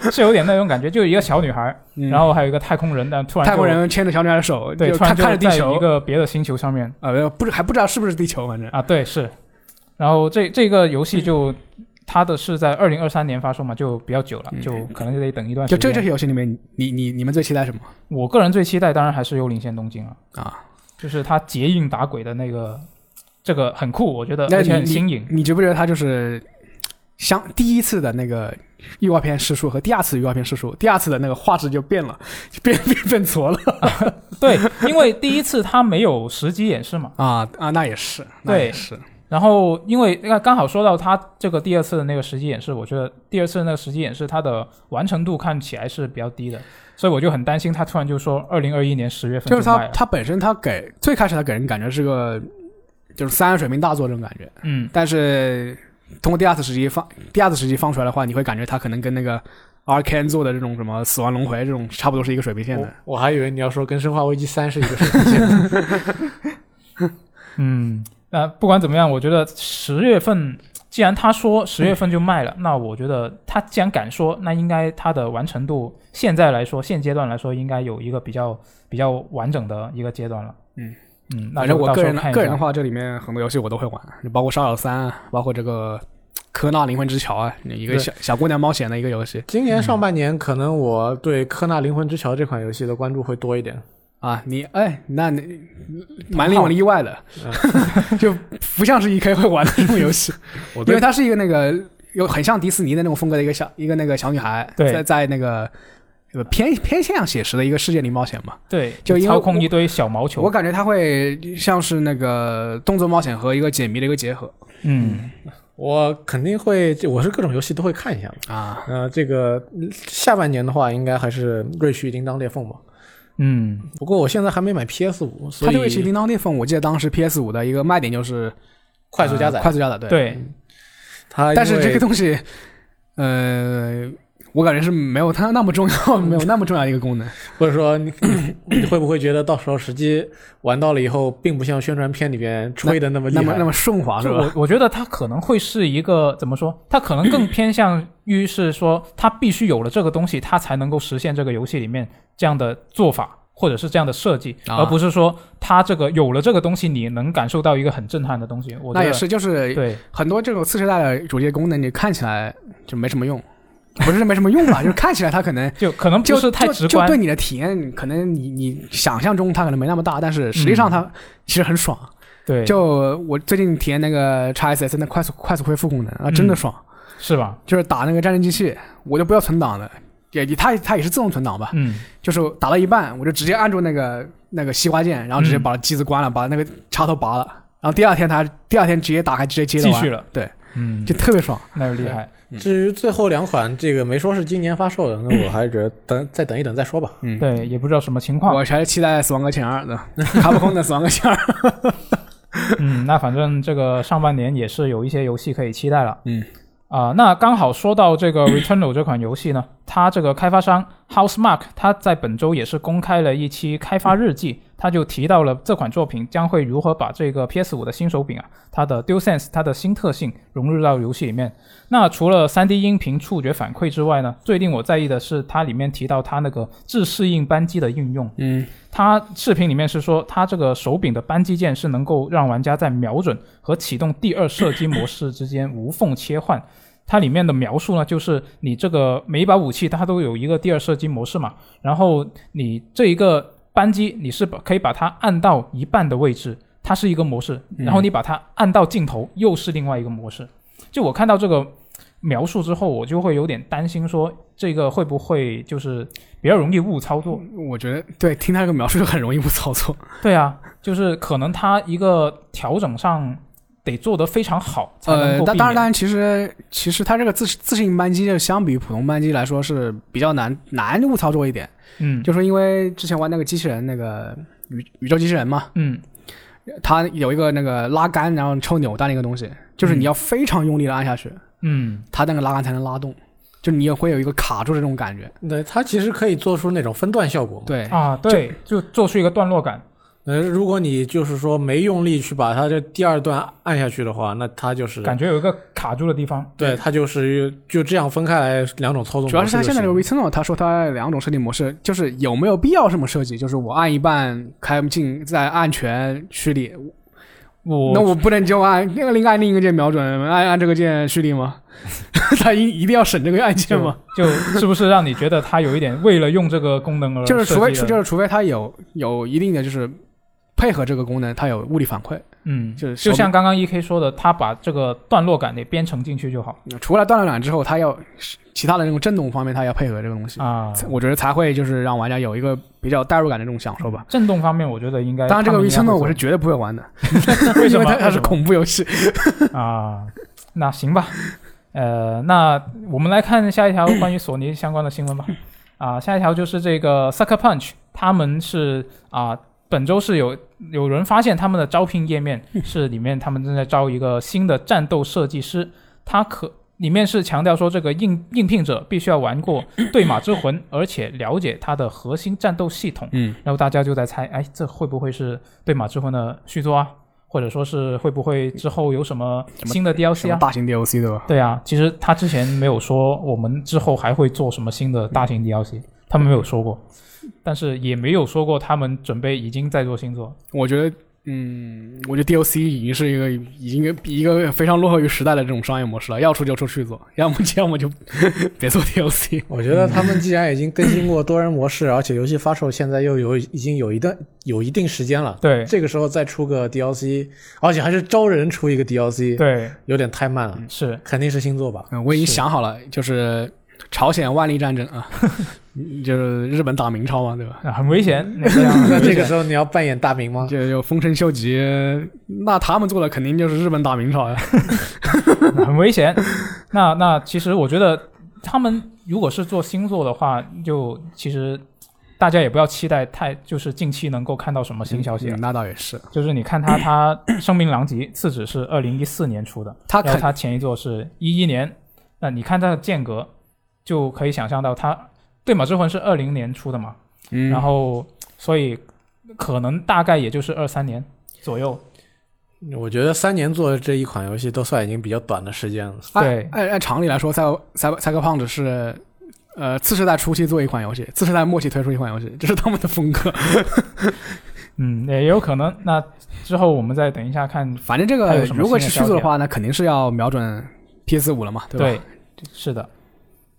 Speaker 1: 是是有点那种感觉，就一个小女孩儿，
Speaker 2: 嗯
Speaker 1: 然后还有一个太空人，但突然就
Speaker 2: 泰国人牵着小女孩的手，
Speaker 1: 对
Speaker 2: 就
Speaker 1: 突
Speaker 2: 看
Speaker 1: 然就
Speaker 2: 看着地
Speaker 1: 在
Speaker 2: 球
Speaker 1: 一，个别的星球上面
Speaker 2: 啊，没有不是还不知道是不是地球，反正
Speaker 1: 啊，对是，然后这这个游戏就。它的是在二零二三年发售嘛，就比较久了，
Speaker 2: 嗯
Speaker 1: 就可能就得等一段时
Speaker 2: 就
Speaker 1: 间。
Speaker 2: 这这些游戏里面，你你你们最期待什么
Speaker 1: 我个人最期待当然还是《幽灵线：东京》啊，
Speaker 2: 啊？
Speaker 1: 就是它结印打鬼的那个，这个很酷，我觉得，
Speaker 2: 那
Speaker 1: 而且
Speaker 2: 你
Speaker 1: 很新颖。
Speaker 2: 你觉不觉得它就是相第一次的那个预告片试数和第二次预告片试数，第二次的那个画质就变了，就变 变变挫了
Speaker 1: 对，因为第一次它没有实机演示嘛，
Speaker 2: 啊啊，那也是，那
Speaker 1: 对
Speaker 2: 也是，
Speaker 1: 然后因为那刚好说到它这个第二次的那个实际演示，我觉得第二次那个实际演示它的完成度看起来是比较低的，所以我就很担心它突然就说二零二一年十月份
Speaker 2: 就是
Speaker 1: 它
Speaker 2: 它它本身它给最开始它给人感觉是个就是三 A 水平大作这种感觉，
Speaker 1: 嗯，
Speaker 2: 但是通过第二次时机放第二次时机放出来的话，你会感觉它可能跟那个 R K N 做的这种什么死亡轮回这种差不多是一个水平线
Speaker 1: 哦
Speaker 2: 的。
Speaker 3: 我还以为你要说跟《生化危机三》是一个事情。
Speaker 1: 嗯，那不管怎么样，我觉得十月份既然他说十月份就卖
Speaker 2: 嗯
Speaker 1: 了，那我觉得他既然敢说，那应该它的完成度现在来说，现阶段来说应该有一个比较比较完整的一个阶段了。
Speaker 2: 嗯
Speaker 1: 嗯，那
Speaker 2: 反正
Speaker 1: 就
Speaker 2: 我
Speaker 1: 到时
Speaker 2: 个
Speaker 1: 候
Speaker 2: 人
Speaker 1: 看一
Speaker 2: 个
Speaker 1: 下
Speaker 2: 人的话，这里面很多游戏我都会玩，就包括《杀手三》，啊包括这个《科纳灵魂之桥》啊，一个
Speaker 3: 对
Speaker 2: 小小姑娘冒险的一个游戏
Speaker 3: 今年上半年，可能我对《科纳灵魂之桥》这款游戏的关注会多一点。
Speaker 2: 啊。你哎，那你蛮令我意外的， 就不像是 E K 会玩的这种游戏，
Speaker 3: 嗯我
Speaker 2: 因
Speaker 3: 对
Speaker 2: 为它是一个那个有很像迪士尼的那种风格的一个小一个那个小女孩，
Speaker 1: 对
Speaker 2: 在在那个呃偏偏向写实的一个世界里冒险嘛。
Speaker 1: 对，
Speaker 2: 就因为
Speaker 1: 操控
Speaker 2: 我
Speaker 1: 一堆小毛球，
Speaker 2: 我感觉它会像是那个动作冒险和一个解谜的一个结合
Speaker 1: 嗯
Speaker 3: 我肯定会，这我是各种游戏都会看一下的。
Speaker 2: 啊。
Speaker 3: 呃，这个嗯下半年的话，应该还是《瑞旭铃铛裂缝》吧。
Speaker 1: 嗯。
Speaker 3: 不过我现在还没买 PS 五，所
Speaker 2: 它这个《
Speaker 3: 以
Speaker 2: 铃铛裂缝》，我记得当时 PS 五的一个卖点就是
Speaker 3: 快速加载。
Speaker 2: 呃快速加载对。
Speaker 1: 对，
Speaker 3: 它
Speaker 2: 但是
Speaker 3: 因为
Speaker 2: 这个东西，呃，我感觉是没有它那么重要，没有那么重要一个功能。
Speaker 3: 或者说你你会不会觉得到时候实际玩到了以后，并不像宣传片里边吹的那么厉
Speaker 2: 那
Speaker 3: 害？
Speaker 2: 么那么顺滑 是
Speaker 1: 就
Speaker 2: 吧
Speaker 1: 我？我觉得它可能会是一个怎么说？它可能更偏向于是说，它必须有了这个东西，它才能够实现这个游戏里面这样的做法，或者是这样的设计，
Speaker 2: 啊
Speaker 1: 而不是说它这个有了这个东西，你能感受到一个很震撼的东西。我觉
Speaker 2: 那
Speaker 1: 得
Speaker 2: 也是，就是
Speaker 1: 对，
Speaker 2: 很多这种次世代的主机功能，你看起来就没什么用，不是没什么用 吧？就是看起来它可能
Speaker 1: 就可能不
Speaker 2: 就是
Speaker 1: 太直
Speaker 2: 就就
Speaker 1: 观
Speaker 2: 对。你的体验，可能你你想象中它可能没那么大，但是实际上它其实很爽。
Speaker 1: 嗯对，
Speaker 2: 就我最近体验那个 x SS 那快速快速恢复功能啊，真的
Speaker 1: 嗯
Speaker 2: 爽！
Speaker 1: 是吧？
Speaker 2: 就是打那个战争机器，我就不要存档了，也也它它也是自动存档吧，
Speaker 1: 嗯，
Speaker 2: 就是打到一半我就直接按住那个那个西瓜键，然后直接
Speaker 1: 嗯
Speaker 2: 把机子关了，把那个插头拔了，然后第二天它第二天直接打开，直接接着
Speaker 1: 继
Speaker 2: 玩，
Speaker 1: 续了。
Speaker 2: 对，
Speaker 1: 嗯，
Speaker 2: 就特别爽。
Speaker 1: 那就厉害。
Speaker 3: 嗯至于最后两款，这个没说是今年发售的，那我还是觉得等再等一等再说吧。
Speaker 2: 嗯，
Speaker 1: 对，也不知道什么情况。
Speaker 2: 我还是期待《死亡搁 浅二》的，卡普空的《死亡搁浅二》。
Speaker 1: 嗯，那反正这个上半年也是有一些游戏可以期待了。
Speaker 2: 嗯，
Speaker 1: 啊、那刚好说到这个 Returnal 这款游戏呢，它这个开发商 Housemark，它在本周也是公开了一期开发日记，它就提到了这款作品将会如何把这个 PS 5的新手柄啊，它的 DualSense 它的新特性融入到游戏里面。那除了 3D 音频触觉反馈之外呢，最令我在意的是它里面提到它那个自适应扳机的应用。
Speaker 2: 嗯，
Speaker 1: 它视频里面是说，它这个手柄的扳机键是能够让玩家在瞄准和启动第二射击模式之间无缝切换。它里面的描述呢，就是你这个每一把武器它都有一个第二射击模式嘛，然后你这一个扳机你是把可以把它按到一半的位置，它是一个模式，然后你把它按到尽头又是另外一个模式。就我看到这个描述之后，我就会有点担心，说这个会不会就是比较容易误操作？
Speaker 2: 嗯我觉得对，听他这个 描述就很容易误操作。
Speaker 1: 对啊，就是可能它一个调整上得做得非常好才能
Speaker 2: 呃，
Speaker 1: 够避
Speaker 2: 但
Speaker 1: 免。
Speaker 2: 当然，当然，其实其实它这个自自适应扳机，就相比于普通扳机来说是比较难难误操作一点。
Speaker 1: 嗯，
Speaker 2: 就说因为之前玩那个机器人，那个宇宇宙机器人嘛，
Speaker 1: 嗯
Speaker 2: 它有一个那个拉杆，然后抽扭蛋的一个东西，就是你要非常用力的按下去，
Speaker 1: 嗯
Speaker 2: 它那个拉杆才能拉动，就你也会有一个卡住的这种感觉。
Speaker 3: 那它其实可以做出那种分段效果嘛。
Speaker 2: 对，
Speaker 1: 哦啊，对，就做出一个段落感。
Speaker 3: 呃，如果你就是说没用力去把它这第二段按下去的话，那它就是
Speaker 1: 感觉有一个卡住的地方。
Speaker 3: 对它就是就这样分开来两种操作模式就行。
Speaker 2: 主要是它现在这个 r e t u r n 他说它两种设定模式，就是有没有必要这么设计？就是我按一半开进，再按全蓄力，
Speaker 1: 我
Speaker 2: 那我不能就按那个另按另一个键瞄准，按按这个键蓄 力吗？他一一定要省这个按键吗？
Speaker 1: 就就是不是让你觉得它有一点为了用这个功能而
Speaker 2: 就是除非
Speaker 1: 呃设计
Speaker 2: 除
Speaker 1: 的
Speaker 2: 就是除非它有有一定的就是配合这个功能，它有物理反馈。
Speaker 1: 嗯，
Speaker 2: 就是
Speaker 1: 就
Speaker 2: 手
Speaker 1: 像刚刚 E K 说的，他把这个段落感给编程进去就好
Speaker 2: 除了断了缆之后，它要其他的那种震动方面，它要配合这个东西。
Speaker 1: 啊。
Speaker 2: 我觉得才会就是让玩家有一个比较代入感的这种享受吧。
Speaker 1: 震动方面，我觉哎得应该
Speaker 2: 当然，这个 r
Speaker 1: 微
Speaker 2: e t
Speaker 1: 信
Speaker 2: u
Speaker 1: 呢，
Speaker 2: 我是绝对不会玩的，
Speaker 1: 为什 么
Speaker 2: 因为它它是
Speaker 1: 为什么
Speaker 2: 恐怖 游戏。
Speaker 1: 啊，那行吧，呃，那我们来看下一条关于索尼相关的新闻吧。啊，下一条就是这个 Sucker Punch，他们是啊，本周是有有人发现他们的招聘页面是里面他们正在招一个新的战斗设计师，他可里面是强调说这个应应聘者必须要玩过《对马之魂》，而且了解它的核心战斗系统。
Speaker 2: 嗯，
Speaker 1: 然后大家就在猜，哎，这会不会是《对马之魂》的续作啊？或者说是会不会之后有什么
Speaker 2: 么
Speaker 1: 新的
Speaker 2: 什
Speaker 1: DLC
Speaker 2: 么
Speaker 1: 啊？
Speaker 2: 大型 DLC 对吧？
Speaker 1: 对啊，其实他之前没有说我们之后还会做什么新的
Speaker 2: 嗯
Speaker 1: 大型 DLC，他们没有说过，但是也没有说过他们准备已经在做新作。
Speaker 2: 我觉得，嗯，我觉得 DLC 已经是一个已经一个非常落后于时代的这种商业模式了，要出就出续作，要么就要么就 别做 DLC。
Speaker 3: 我觉得他们既然已经更新过多人模式，而且游戏发售现在又有已经有一段有一定时间了，
Speaker 1: 对
Speaker 3: 这个时候再出个 DLC，而且还是招人出一个 DLC，
Speaker 1: 对，嗯
Speaker 3: 有点太慢了，
Speaker 1: 是
Speaker 3: 肯定是新作吧？
Speaker 2: 嗯，我已经想好了，就是朝鲜万历战争啊， 就是日本打明朝嘛，对吧？
Speaker 1: 啊，很危险。
Speaker 2: 嗯
Speaker 1: 那这样 很
Speaker 3: 那
Speaker 1: 危
Speaker 3: 这个
Speaker 1: 险
Speaker 3: 时候你要扮演大明吗？
Speaker 2: 就就丰臣秀吉，那他们做的肯定就是日本打明朝呀。
Speaker 1: 很危险。那那其实我觉得他们如果是做新作的话，就其实大家也不要期待太就是近期能够看到什么新消息啊了
Speaker 2: 嗯。那倒也是，
Speaker 1: 就是你看 他，他声名狼藉，次子是二零一四年出的，
Speaker 2: 他
Speaker 1: 然后
Speaker 2: 啊肯
Speaker 1: 他前一座是一一年，那你看它的间隔，就可以想象到它《对马之魂》是二零年出的嘛，
Speaker 2: 嗯
Speaker 1: 然后所以可能大概也就是二三年左右。
Speaker 3: 我觉得三年做这一款游戏都算已经比较短的时间了。
Speaker 1: 对
Speaker 2: 按按按常理来说，赛赛赛克胖子是。呃，次世代初期做一款游戏，次世代末期推出一款游戏，这是他们的风格。
Speaker 1: 嗯，也有可能。那之后我们再等一下看。
Speaker 2: 反正这
Speaker 1: 还
Speaker 2: 个
Speaker 1: 有什么
Speaker 2: 如果
Speaker 1: 新
Speaker 2: 是
Speaker 1: 的啊
Speaker 2: 续作的话，那肯定是要瞄准 PS 五了嘛，对吧？
Speaker 1: 对，是的，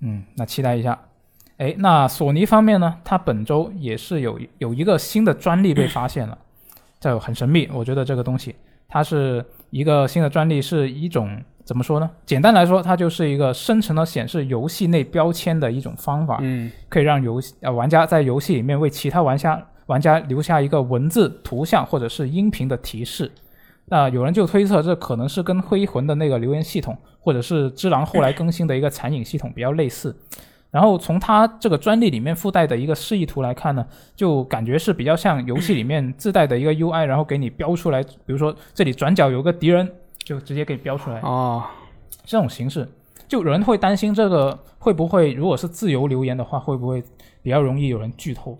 Speaker 1: 嗯，那期待一下。哎，那索尼方面呢？它本周也是有有一个新的专利被发 现了，这很神秘。我觉得这个东西，它是一个新的专利，是一种怎么说呢？简单来说，它就是一个生成了显示游戏内标签的一种方法，
Speaker 2: 嗯，
Speaker 1: 可以让游戏呃玩家在游戏里面为其他玩家玩家留下一个文字、图像或者是音频的提示。那有人就推测，这可能是跟灰魂的那个留言系统，或者是只狼后来更新的一个残影系统比较类似。然后从它这个专利里面附带的一个示意图来看呢，就感觉是比较像游戏里面自带的一个 UI，然后给你标出来，比如说这里转角有个敌人，就直接给你标出来。
Speaker 2: 哦，
Speaker 1: 这种形式，就有人会担心这个会不会，如果是自由留言的话，会不会比较容易有人剧透？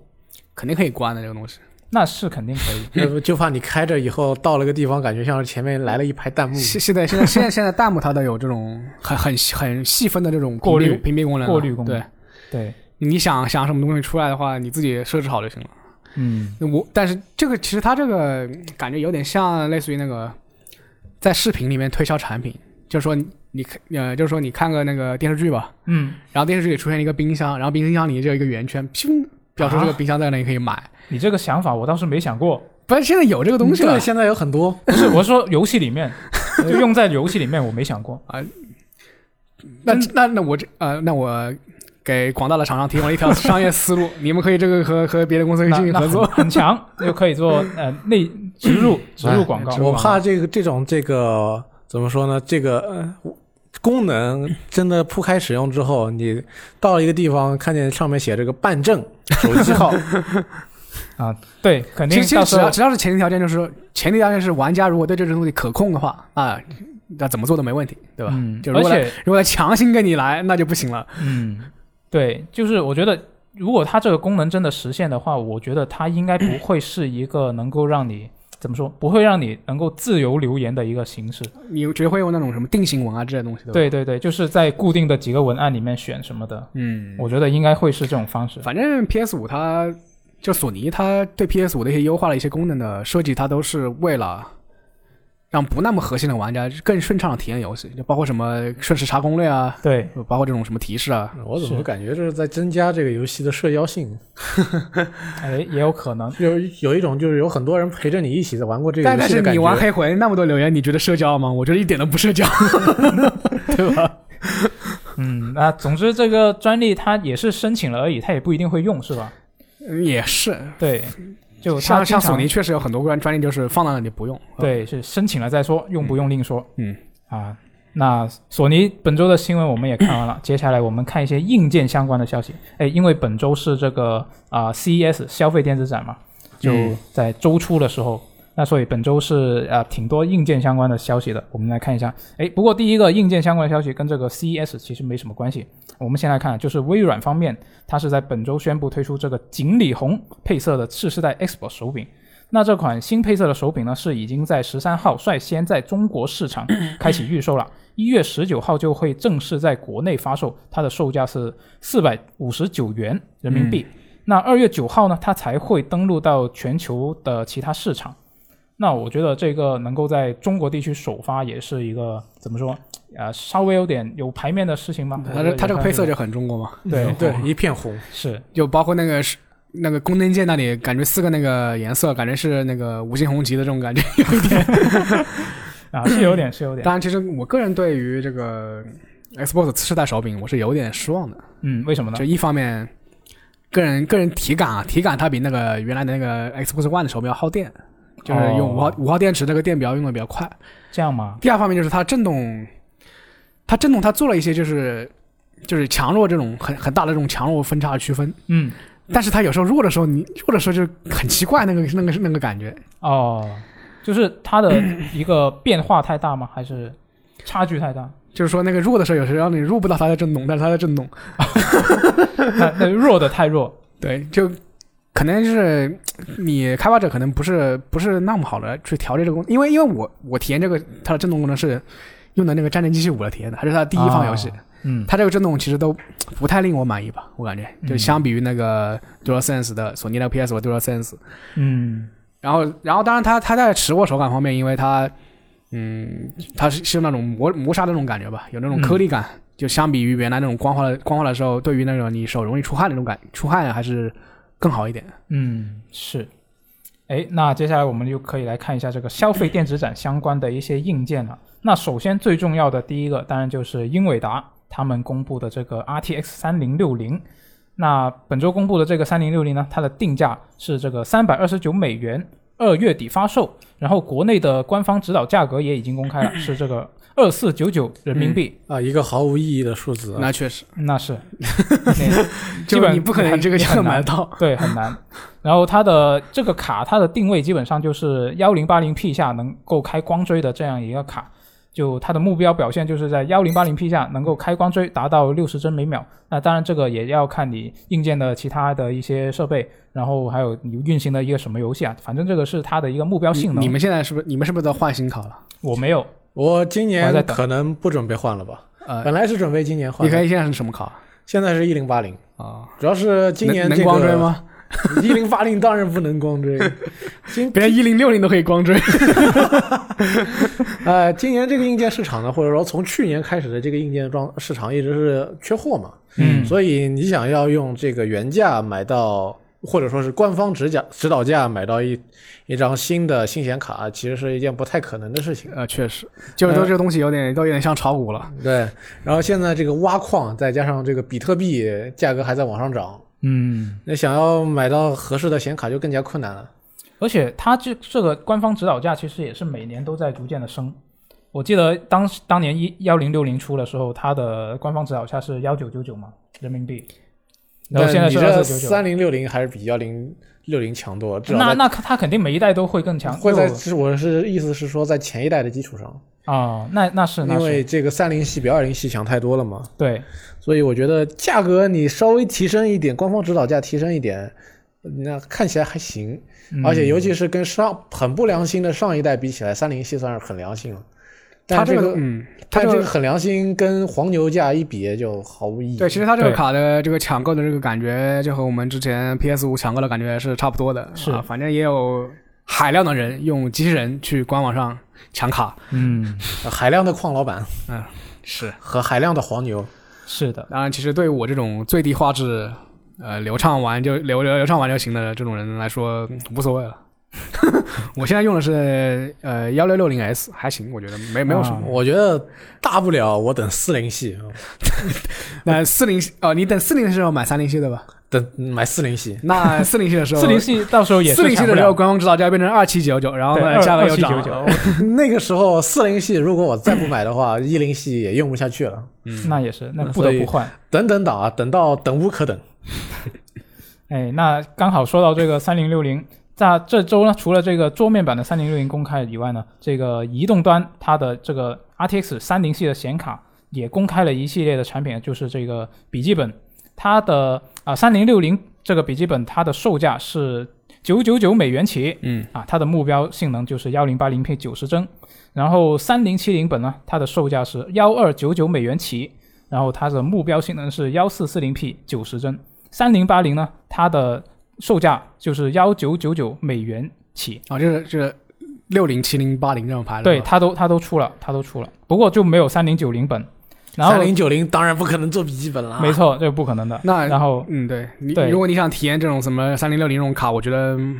Speaker 2: 肯定可以关的这个东西。
Speaker 1: 那是肯定可 以。
Speaker 3: 就就怕你开着以后到了个地方，感觉像是前面来了一排
Speaker 1: 嗯
Speaker 3: 弹幕。
Speaker 2: 现现在现在现在现在弹幕它都有这种很很很细分的这种
Speaker 1: 过滤
Speaker 2: 屏蔽屏蔽功能了，啊
Speaker 1: 过滤功能
Speaker 2: 对，
Speaker 1: 对，
Speaker 2: 你想想什么东西出来的话，你自己设置好就行了。
Speaker 1: 嗯，
Speaker 2: 那我但是这个其实它这个嗯感觉有点像类似于那个在视频里面推销产品，就是说你你看呃就是说你看个那个电视剧吧，
Speaker 1: 嗯，
Speaker 2: 然后电视剧里出现一个冰箱，然后冰箱里就有一个圆圈，砰，表示这个冰箱在那里可以买。
Speaker 1: 你这个想法我倒是没想过，
Speaker 2: 不是现在有这个东西了
Speaker 3: 嗯
Speaker 1: 嗯
Speaker 3: 对，，现在有很多。
Speaker 1: 不是，我是说游戏里 面，就用在游戏里面，我没想过。
Speaker 2: 那那那我这呃，那我给广大的厂商提供了一条商业思路， 你们可以这个和和别的公司进行
Speaker 1: 那
Speaker 2: 合作哎
Speaker 1: 那。很很强，又可以做呃内植入植入广告
Speaker 2: 植。入
Speaker 3: 我怕这个这种这个怎么说呢？这个、呃功能真的铺开使用之后，你到了一个地方，看见上面写这个办证手机号，
Speaker 1: 对，肯
Speaker 2: 其
Speaker 1: 定
Speaker 2: 实其
Speaker 1: 到
Speaker 2: 实
Speaker 1: 时
Speaker 2: 只
Speaker 1: 候
Speaker 2: 要只要是前提条件，就是说前提条件是玩家如果对这种东西可控的话啊，那怎么做都没问题，对吧？
Speaker 1: 嗯，
Speaker 2: 就如
Speaker 1: 而
Speaker 2: 果来
Speaker 1: 且
Speaker 2: 如果来强行跟你来，那就不行了。
Speaker 1: 嗯， 对，就是我觉得如果它这个功能真的实现的话，我觉得它应该 不会是一个能够让你怎么说，不会让你能够自由留言的一个形式。
Speaker 2: 你觉得会用那种什么定型文啊之类的东西，对吧？
Speaker 1: 对对对，就是在固定的几个文案里面选什么的，
Speaker 2: 嗯，
Speaker 1: 我觉得应该会是这种方式。
Speaker 2: 反正 PS 五它就索尼它对 PS 五的一些优化的一些功能的设计，它都是为了让不那么核心的玩家更顺畅的体验游戏，就包括什么顺时查攻略啊，
Speaker 1: 对，
Speaker 2: 包括这种什么提示啊，
Speaker 3: 嗯我怎么
Speaker 1: 是
Speaker 3: 感觉这是在增加这个游戏的社交性？
Speaker 1: 哎，也有可能。
Speaker 3: 有有一种就是有很多人陪着你一起在玩过这个
Speaker 2: 但
Speaker 3: 游
Speaker 2: 但
Speaker 3: 戏
Speaker 2: 是
Speaker 3: 的感
Speaker 2: 你玩
Speaker 3: 觉。
Speaker 2: 黑魂那么多留言，你觉得社交吗？我觉得一点都不社交，对吧？
Speaker 1: 嗯，那总之这个专利它也是申请了而已，它也不一定会用，是吧？
Speaker 2: 嗯也是，
Speaker 1: 对，就它
Speaker 2: 像像
Speaker 1: 经常
Speaker 2: 索尼确实有很多专专利就是放到那里不用。，
Speaker 1: 对，是申请了再说，用不用另说。
Speaker 2: 嗯
Speaker 1: 啊，那索尼本周的新闻我们也看完了，接下来我们看一些硬件相关的消息。哎，因为本周是这个啊、CES 消费电子展嘛，就
Speaker 2: 嗯
Speaker 1: 在周初的时候。那所以本周是啊、挺多硬件相关的消息的，我们来看一下。哎，不过第一个硬件相关的消息跟这个 CES 其实没什么关系。我们先来看，就是微软方面，它是在本周宣布推出这个锦鲤红配色的次世代 Xbox 手柄。那这款新配色的手柄呢，是已经在十三号率先在中国市场开启预售了，一月十九号就会正式在国内发售，它的售价是四百五十九元人民币。那二月九号呢，它才会登陆到全球的其他市场。那我觉得这个能够在中国地区首发，也是一个怎么说，呃，稍微有点有牌面的事情吧。
Speaker 2: 嗯它这它这个配色
Speaker 1: 就
Speaker 2: 就很中国嘛，
Speaker 1: 对
Speaker 3: 对，一片红，
Speaker 1: 是
Speaker 2: 就包括那个是那个功能键那里，感觉四个那个颜色，感觉是那个五星红旗的这种感觉。
Speaker 1: 啊，是有点是有点。
Speaker 2: 当然，其实我个人对于这个 Xbox 次世代手柄我是有点失望的，
Speaker 1: 嗯，为什么呢
Speaker 2: 就？一方面。个人个人体感啊，体感它比那个原来的那个 Xbox One 的手柄要耗电，就是用五号
Speaker 1: 哦
Speaker 2: 五号电池这个电表用的比较快。
Speaker 1: 这样吗？
Speaker 2: 第二方面就是它震动，它震动它做了一些就是就是强弱这种很很大的这种强弱分差的区分，
Speaker 1: 嗯，
Speaker 2: 但是它有时候弱的时候，你弱的时候就很奇怪那个那个那个感觉，
Speaker 1: 哦，就是它的一个变化太大吗？还是差距太大？
Speaker 2: 就是说那个弱的时候有时候让你入不到它的震动，但是它在震动，
Speaker 1: 那那弱的太弱。
Speaker 2: 对，就可能就是你开发者可能不是不是那么好的去调这个功能，因为因为我我体验这个它的震动功能是用的那个《战争机器五》来体验的，还是它的第一方游戏，
Speaker 1: 哦嗯，
Speaker 2: 它这个震动其实都不太令我满意吧，我感觉就
Speaker 1: 嗯
Speaker 2: 相比于那个 DualSense 的索尼的 PS 五 DualSense，
Speaker 1: 嗯，
Speaker 2: 然后然后当然它它在持握手感方面，因为它嗯它是是那种磨磨砂的那种感觉吧，有那种
Speaker 1: 嗯
Speaker 2: 颗粒感，就相比于原来那种光滑的光滑的时候，对于那种你手容易出汗的那种感出汗还是更好一点。
Speaker 1: 嗯，是。哎，那接下来我们就可以来看一下这个消费电子展相关的一些硬件了。那首先最重要的第一个，当然就是英伟达他们公布的这个 RTX 三零六零。那本周公布的这个三零六零呢，它的定价是这个三百二十九美元，二月底发售。然后国内的官方指导价格也已经公开了，是这个二四九九人民币。
Speaker 3: 啊，一个毫无意义的数字啊。
Speaker 2: 那确实，
Speaker 1: 那 是，那基
Speaker 2: 嗯就
Speaker 1: 本
Speaker 2: 你不可能这个价
Speaker 1: 很
Speaker 2: 格
Speaker 1: 难
Speaker 2: 买得到。
Speaker 1: 对，很难。然后它的这个卡，它的定位基本上就是幺零八零 P 下能够开光追的这样一个卡，就它的目标表现就是在幺零八零 P 下能够开光追达到六十帧每秒。那当然这个也要看你硬件的其他的一些设备，然后还有你运行的一个什么游戏啊，反正这个是它的一个目标
Speaker 2: 你
Speaker 1: 性能。
Speaker 2: 你们现在是不是你们是不是都换新卡了？
Speaker 1: 我没有，
Speaker 3: 我今
Speaker 1: 我还在
Speaker 3: 年
Speaker 1: 等
Speaker 3: 可能不准备换了吧，
Speaker 2: 呃，
Speaker 3: 本来是准备今年换
Speaker 2: 你
Speaker 3: 的，
Speaker 2: 看现在是什么卡
Speaker 3: 现在是一零八零，
Speaker 2: 啊？
Speaker 3: 主要是今年
Speaker 2: 能能光追？吗？
Speaker 3: 一零八零当然不能光 追，今
Speaker 2: 别人一零六零都可以光追，
Speaker 3: 呃，今年这个硬件市场呢，或者说从去年开始的这个硬件装市场一直是缺货嘛，
Speaker 1: 嗯
Speaker 3: 所以你想要用这个原价买到或者说是官方指甲指导价买到一一张新的新显卡，其实是一件不太可能的事情。
Speaker 2: 呃，确实，就是都
Speaker 3: 呃
Speaker 2: 这个东西有点都有点像炒股了。
Speaker 3: 对，然后现在这个挖矿，再加上这个比特币价格还在往上涨，
Speaker 1: 嗯，
Speaker 3: 那想要买到合适的显卡就更加困难了。
Speaker 1: 而且它这这个官方指导价其实也是每年都在逐渐的升。我记得当时当年一幺零六零出的时候，它的官方指导价是幺九九九嘛人民币，然后现在
Speaker 3: 你
Speaker 1: 是
Speaker 3: 这
Speaker 1: 二四九九。
Speaker 3: 三零六零还是比幺零六零强多，至少
Speaker 1: 那
Speaker 3: 在
Speaker 1: 那它肯定每一代都会更强，
Speaker 3: 会在，
Speaker 1: 就是
Speaker 3: 我是意思是说在前一代的基础上，
Speaker 1: 哦，那那是那
Speaker 3: 因
Speaker 1: 是
Speaker 3: 为这个三零系比二零系强太多了嘛，
Speaker 1: 对，
Speaker 3: 所以我觉得价格你稍微提升一点，官方指导价提升一点，那看起来还行。
Speaker 1: 嗯
Speaker 3: 而且尤其是跟上很不良心的上一代比起来，三零系算是很良心了。
Speaker 2: 它
Speaker 3: 但
Speaker 2: 这
Speaker 3: 这
Speaker 2: 个
Speaker 3: 个，
Speaker 2: 嗯，它
Speaker 3: 但
Speaker 2: 这
Speaker 3: 这
Speaker 2: 个
Speaker 3: 个很良心跟黄牛价一比就毫无意义。
Speaker 2: 对，其实它这个
Speaker 1: 对
Speaker 2: 卡的这个抢购的这个感觉，就和我们之前 PS 五抢购的感觉是差不多的。
Speaker 1: 是
Speaker 2: 啊，反正也有海量的人用机器人去官网上抢卡。
Speaker 1: 嗯
Speaker 3: 海量的矿老板
Speaker 2: 是，
Speaker 3: 和海量的黄牛，
Speaker 1: 是 的，
Speaker 2: 当然，其实对我这种最低画质，呃，流畅玩就流流流畅玩就行的这种人来说，嗯无所谓了。 我现在用的是呃幺六六零 S，还行，我觉得没没有什么
Speaker 1: 啊。
Speaker 3: 我觉得大不了我等四零系，
Speaker 2: 那四零哦，你等四零的时候买三零系对吧？
Speaker 3: 等买四 零系。
Speaker 2: 那四零系的时 候，
Speaker 1: 四零系到时候也是
Speaker 2: 四零系
Speaker 1: 抢不
Speaker 2: 的时
Speaker 1: 了
Speaker 2: 候，官方指导价变成二七九九，然后
Speaker 1: 对
Speaker 2: 呢价格又涨了。哦
Speaker 1: 2799
Speaker 3: 那个时候四零系如果我再不买的话，一零系也用不下去了。
Speaker 2: 嗯
Speaker 1: 那也是，那不
Speaker 3: 所
Speaker 1: 得
Speaker 3: 以
Speaker 1: 不换。
Speaker 3: 等等等啊，等到等无可等。
Speaker 1: 哎，那刚好说到这个三零六零，在这周呢，除了这个桌面版的三零六零公开以外呢，这个移动端它的这个 RTX 三零系的显卡也公开了一系列的产品，就是这个笔记本，它的啊三零六零这个笔记本它的售价是九九九美元起，
Speaker 2: 嗯
Speaker 1: 啊，它的目标性能就是幺零八零 P 九十帧，然后三零七零本呢，它的售价是幺二九九美元起，然后它的目标性能是幺四四零 P 九十帧，三零八零呢，它的售价就是幺九九九美元起，
Speaker 2: 啊，就是就是六零、七零、八零这种牌子。
Speaker 1: 对，，它都它都出了，它都出了，不过就没有三零九零本，然后
Speaker 3: 三零啊九零当然不可能做笔记本了，啊
Speaker 1: 没错，这不可能的，
Speaker 2: 那
Speaker 1: 然后
Speaker 2: 嗯，对你
Speaker 1: 对
Speaker 2: 如果你想体验这种什么三零六零这种卡，我觉得嗯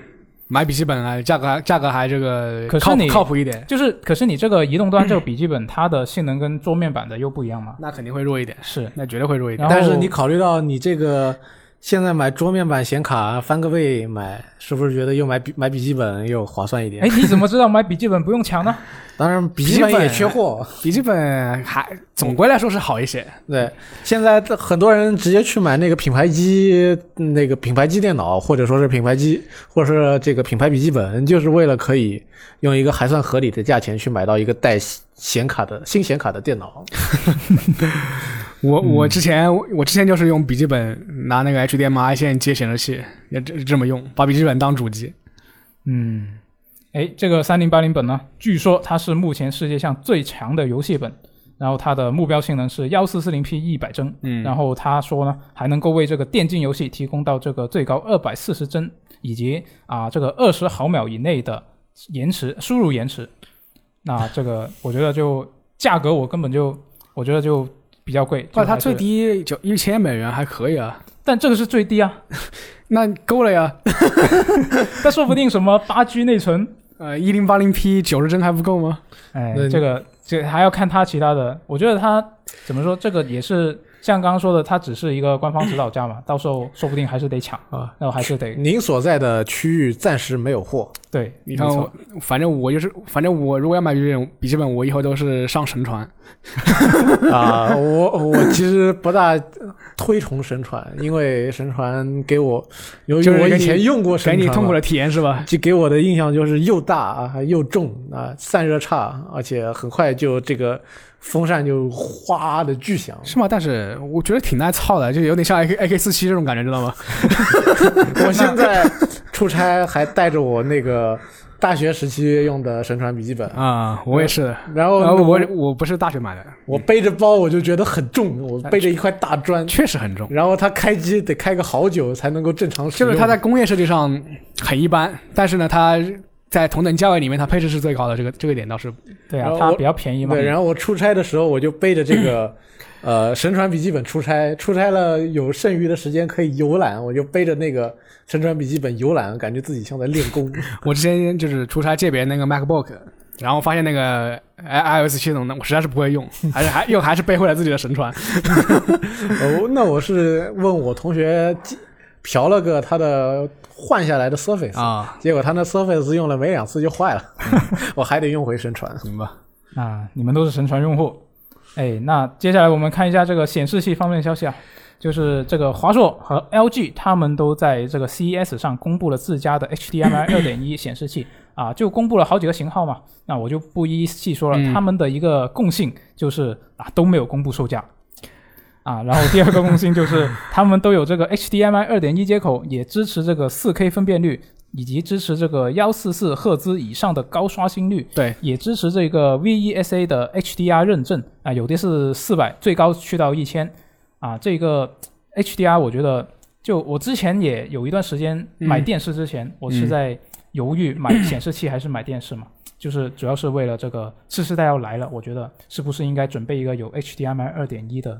Speaker 2: 买笔记本啊，价格还价格还这个
Speaker 1: 可是
Speaker 2: 靠谱
Speaker 1: 你
Speaker 2: 靠谱一点，
Speaker 1: 就是，可是你这个移动端这个笔记本，它的性能跟桌面版的又不一样 嘛，
Speaker 2: 那肯定会弱一点，
Speaker 1: 是，
Speaker 2: 那绝对会弱一
Speaker 1: 然
Speaker 2: 点。
Speaker 1: 后
Speaker 3: 但是你考虑到你这个现在买桌面版显卡翻个倍买，是不是觉得又买笔买笔记本又划算一点？
Speaker 1: 哎，你怎么知道买笔记本不用抢呢？
Speaker 3: 当然笔
Speaker 2: 记
Speaker 3: 记
Speaker 2: 本
Speaker 3: 本也缺货。
Speaker 2: 笔记本还总归来说是好一些，
Speaker 3: 对，现在很多人直接去买那个品牌机，那个品牌机电脑，或者说是品牌机，或者是这个品牌笔记本，就是为了可以用一个还算合理的价钱去买到一个带显卡的新显卡的电脑。
Speaker 2: 我
Speaker 1: 嗯
Speaker 2: 我之前我之前就是用笔记本拿那个 HDMI 线接显示器，也这这么用，把笔记本当主机。
Speaker 1: 嗯，哎，这个三零八零本呢，据说它是目前世界上最强的游戏本，然后它的目标性能是幺四四零 P 一百帧，
Speaker 2: 嗯
Speaker 1: 然后他说呢，还能够为这个电竞游戏提供到这个最高二百四十帧以及啊这个二十毫秒以内的延迟输入延迟，那这个我觉得就价格我根本就我觉得就比较贵，
Speaker 2: 不，
Speaker 1: 就
Speaker 2: 它
Speaker 1: 还是
Speaker 2: 最，低就一千美元还可以啊，
Speaker 1: 但这个是最低啊，
Speaker 2: 那够了呀。
Speaker 1: 但说不定什么八 G 内存，
Speaker 2: 呃，一零八零 P 九十帧还不够吗？
Speaker 1: 哎
Speaker 3: 那，
Speaker 1: 这个这还要看它其他的。我觉得它怎么说，这个也是像刚刚说的，它只是一个官方指导价嘛，到时候说不定还是得抢
Speaker 3: 啊，
Speaker 1: 那我还是得
Speaker 3: 您所在的区域暂时没有货，
Speaker 1: 对，
Speaker 2: 你看我，反正我就是，反正我如果要买这种笔记本，我以后都是上神船。
Speaker 3: 啊，我我其实不大推崇神传，因为神传给我，由于
Speaker 2: 就是
Speaker 3: 我
Speaker 2: 给
Speaker 3: 以
Speaker 2: 你
Speaker 3: 前用过神
Speaker 2: 给
Speaker 3: 传嘛，
Speaker 2: 你痛苦的体验是吧？
Speaker 3: 就给我的印象就是又大啊又重啊，散热差，而且很快就这个风扇就哗的巨响。
Speaker 2: 是吗？但是我觉得挺耐操的，就有点像 AK AK 四七这种感觉，知道吗？
Speaker 3: 我现在出差还带着我那个大学时期用的神传笔记本，
Speaker 2: 啊，我也是的。
Speaker 3: 然后
Speaker 2: 然后
Speaker 3: 我
Speaker 2: 啊我我不是大学买的，
Speaker 3: 我背着包我就觉得很重，我背着一块大砖，
Speaker 2: 确实很重。
Speaker 3: 然后它开机得开个好久才能够正常使
Speaker 2: 就
Speaker 3: 用。
Speaker 2: 是它在工业设计上很一般，但是呢，它在同等价位里面，它配置是最高的，这个这个点倒是
Speaker 1: 对
Speaker 3: 然
Speaker 1: 啊，
Speaker 3: 后
Speaker 1: 它
Speaker 3: 我
Speaker 1: 比较便宜嘛。
Speaker 3: 对，然后我出差的时候，我就背着这 个呃《神传笔记本》出差，出差了有剩余的时间可以游览，我就背着那个《神传笔记本》游览，感觉自己像在练 功。
Speaker 2: 我之前就是出差借别人那个 MacBook，然后发现那个 i iOS 系统呢，我实在是不会用，还是还又还是背回了自己的神传。
Speaker 3: 哦，那我是问我同学借嫖了个他的换下来的 Surface
Speaker 2: 啊，
Speaker 3: 结果他那 Surface 用了没两次就坏 了，我还得用回神传。
Speaker 2: 行吧，
Speaker 1: 啊，你们都是神传用户。哎，那接下来我们看一下这个显示器方面的消息啊，就是这个华硕和 LG 他们都在这个 CES 上公布了自家的 HDMI 2.1显示器啊，就公布了好几个型号嘛，那我就不一一细说了。
Speaker 2: 嗯
Speaker 1: 他们的一个共性就是啊都没有公布售价。啊，然后第二个共性就是他们都有这个 HDMI 2.1接口，也支持这个 4K 分辨率，以及支持这个144赫兹以上的高刷新率。
Speaker 2: 对，
Speaker 1: 也支持这个 VESA 的 HDR 认证啊，有的是四百，最高去到一千啊。这个 HDR 我觉得，就我之前也有一段时间
Speaker 2: 嗯
Speaker 1: 买电视之前，我是
Speaker 2: 嗯
Speaker 1: 在犹豫 买显示器还是买电视嘛，就是主要是为了这个次世代要来了，我觉得是不是应该准备一个有 HDMI 二点一的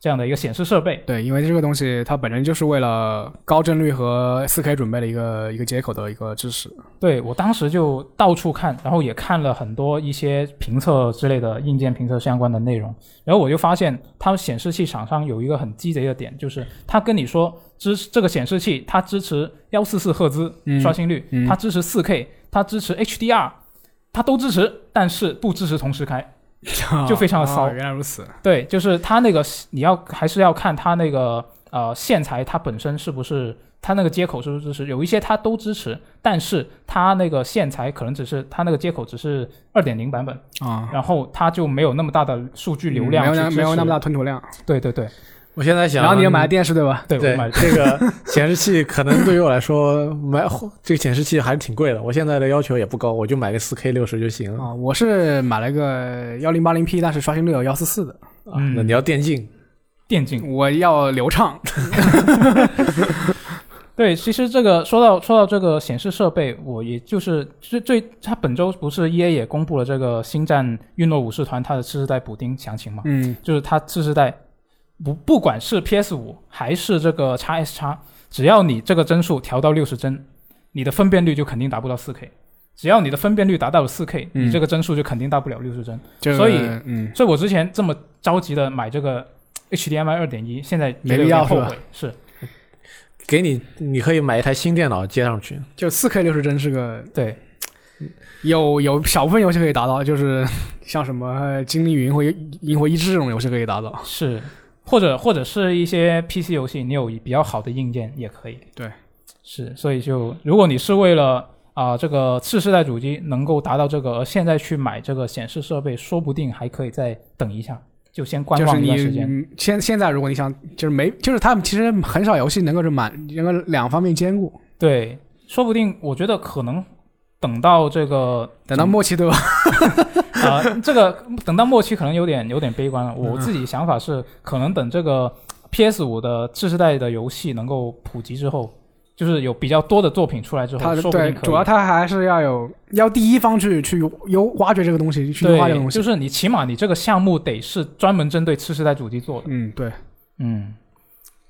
Speaker 1: 这样的一个显示设备？
Speaker 2: 对，因为这个东西它本身就是为了高帧率和 4K 准备的一个一个接口的一个支持。
Speaker 1: 对我当时就到处看，然后也看了很多一些评测之类的硬件评测相关的内容，然后我就发现它显示器厂商有一个很鸡贼的点，就是它跟你说支这个显示器它支持幺四四赫兹
Speaker 2: 嗯
Speaker 1: 刷新率，
Speaker 2: 嗯
Speaker 1: 它支持四 K，它支持 HDR，它都支持，但是不支持同时开。就非常的骚
Speaker 2: 哦原来如此，
Speaker 1: 对，就是它那个你要还是要看它那个呃线材它本身是不是它那个接口是不是支持，有一些它都支持，但是它那个线材可能只是它那个接口只是二点零版本，
Speaker 2: 啊，
Speaker 1: 然后它就没有那么大的数据流量
Speaker 2: 嗯没有
Speaker 1: 去
Speaker 2: 那
Speaker 1: 支持、
Speaker 2: 没有那么大吞吐量。
Speaker 1: 对对对
Speaker 3: 我现在想，嗯
Speaker 2: 然后你又买了电视对吧？
Speaker 1: 对，
Speaker 3: 对
Speaker 1: 我买
Speaker 3: 这个显示器，可能对于我来说买这个显示器还是挺贵的。我现在的要求也不高，我就买个4 K 六十就行了。
Speaker 2: 啊，我是买了个幺零八零 P，但是刷新率有幺四四的，
Speaker 3: 啊那你要电竞，
Speaker 1: 电竞。
Speaker 2: 我要流畅。
Speaker 1: 对，其实这个说到说到这个显示设备，我也就是最最，它本周不是 EA 也公布了这个《星战：陨落武士团》它的次世代补丁详情嘛？
Speaker 2: 嗯，
Speaker 1: 就是它次世代不不管是 PS 五还是这个 x S x 只要你这个帧数调到六十帧，你的分辨率就肯定达不到四 K。只要你的分辨率达到了四 K，、
Speaker 2: 嗯
Speaker 1: 你这个帧数就肯定到不了六十帧。
Speaker 2: 这个
Speaker 1: 所以
Speaker 2: 嗯，
Speaker 1: 所以我之前这么着急的买这个 HDMI 二点一，现在觉得有
Speaker 2: 没必要
Speaker 1: 点后
Speaker 2: 是吧
Speaker 1: 悔。是
Speaker 3: 给你，你可以买一台新电脑接上去。
Speaker 2: 就四 K 六十帧是个
Speaker 1: 对，
Speaker 2: 有有小部分游戏可以达到，就是 像什么呃《精灵云》或《银魂一致》这种游戏可以达到。
Speaker 1: 是，或者或者是一些 PC 游戏，你有比较好的硬件也可以。
Speaker 2: 对，
Speaker 1: 是，所以就如果你是为了啊、这个次世代主机能够达到这个，而现在去买这个显示设备，说不定还可以再等一下，就先观
Speaker 2: 就是
Speaker 1: 望一
Speaker 2: 你
Speaker 1: 段时间。
Speaker 2: 嗯现现在如果你想就是没就是他们其实很少游戏能够是满能够两方面兼顾。
Speaker 1: 对，说不定我觉得可能等到这个
Speaker 2: 等到末期对吧？
Speaker 1: 啊、这个等到末期可能有点有点悲观了。我
Speaker 2: 嗯
Speaker 1: 自己想法是，可能等这个 PS 五的次世代的游戏能够普及之后，就是有比较多的作品出来之
Speaker 2: 他
Speaker 1: 后，说不
Speaker 2: 对
Speaker 1: 定可以。
Speaker 2: 主要他还是要有要第一方去去优挖掘这个东西，去优化这个
Speaker 1: 对，
Speaker 2: 东西
Speaker 1: 就。是你起码你这个项目得是专门针对次世代主机做的。
Speaker 2: 嗯，对，
Speaker 1: 嗯，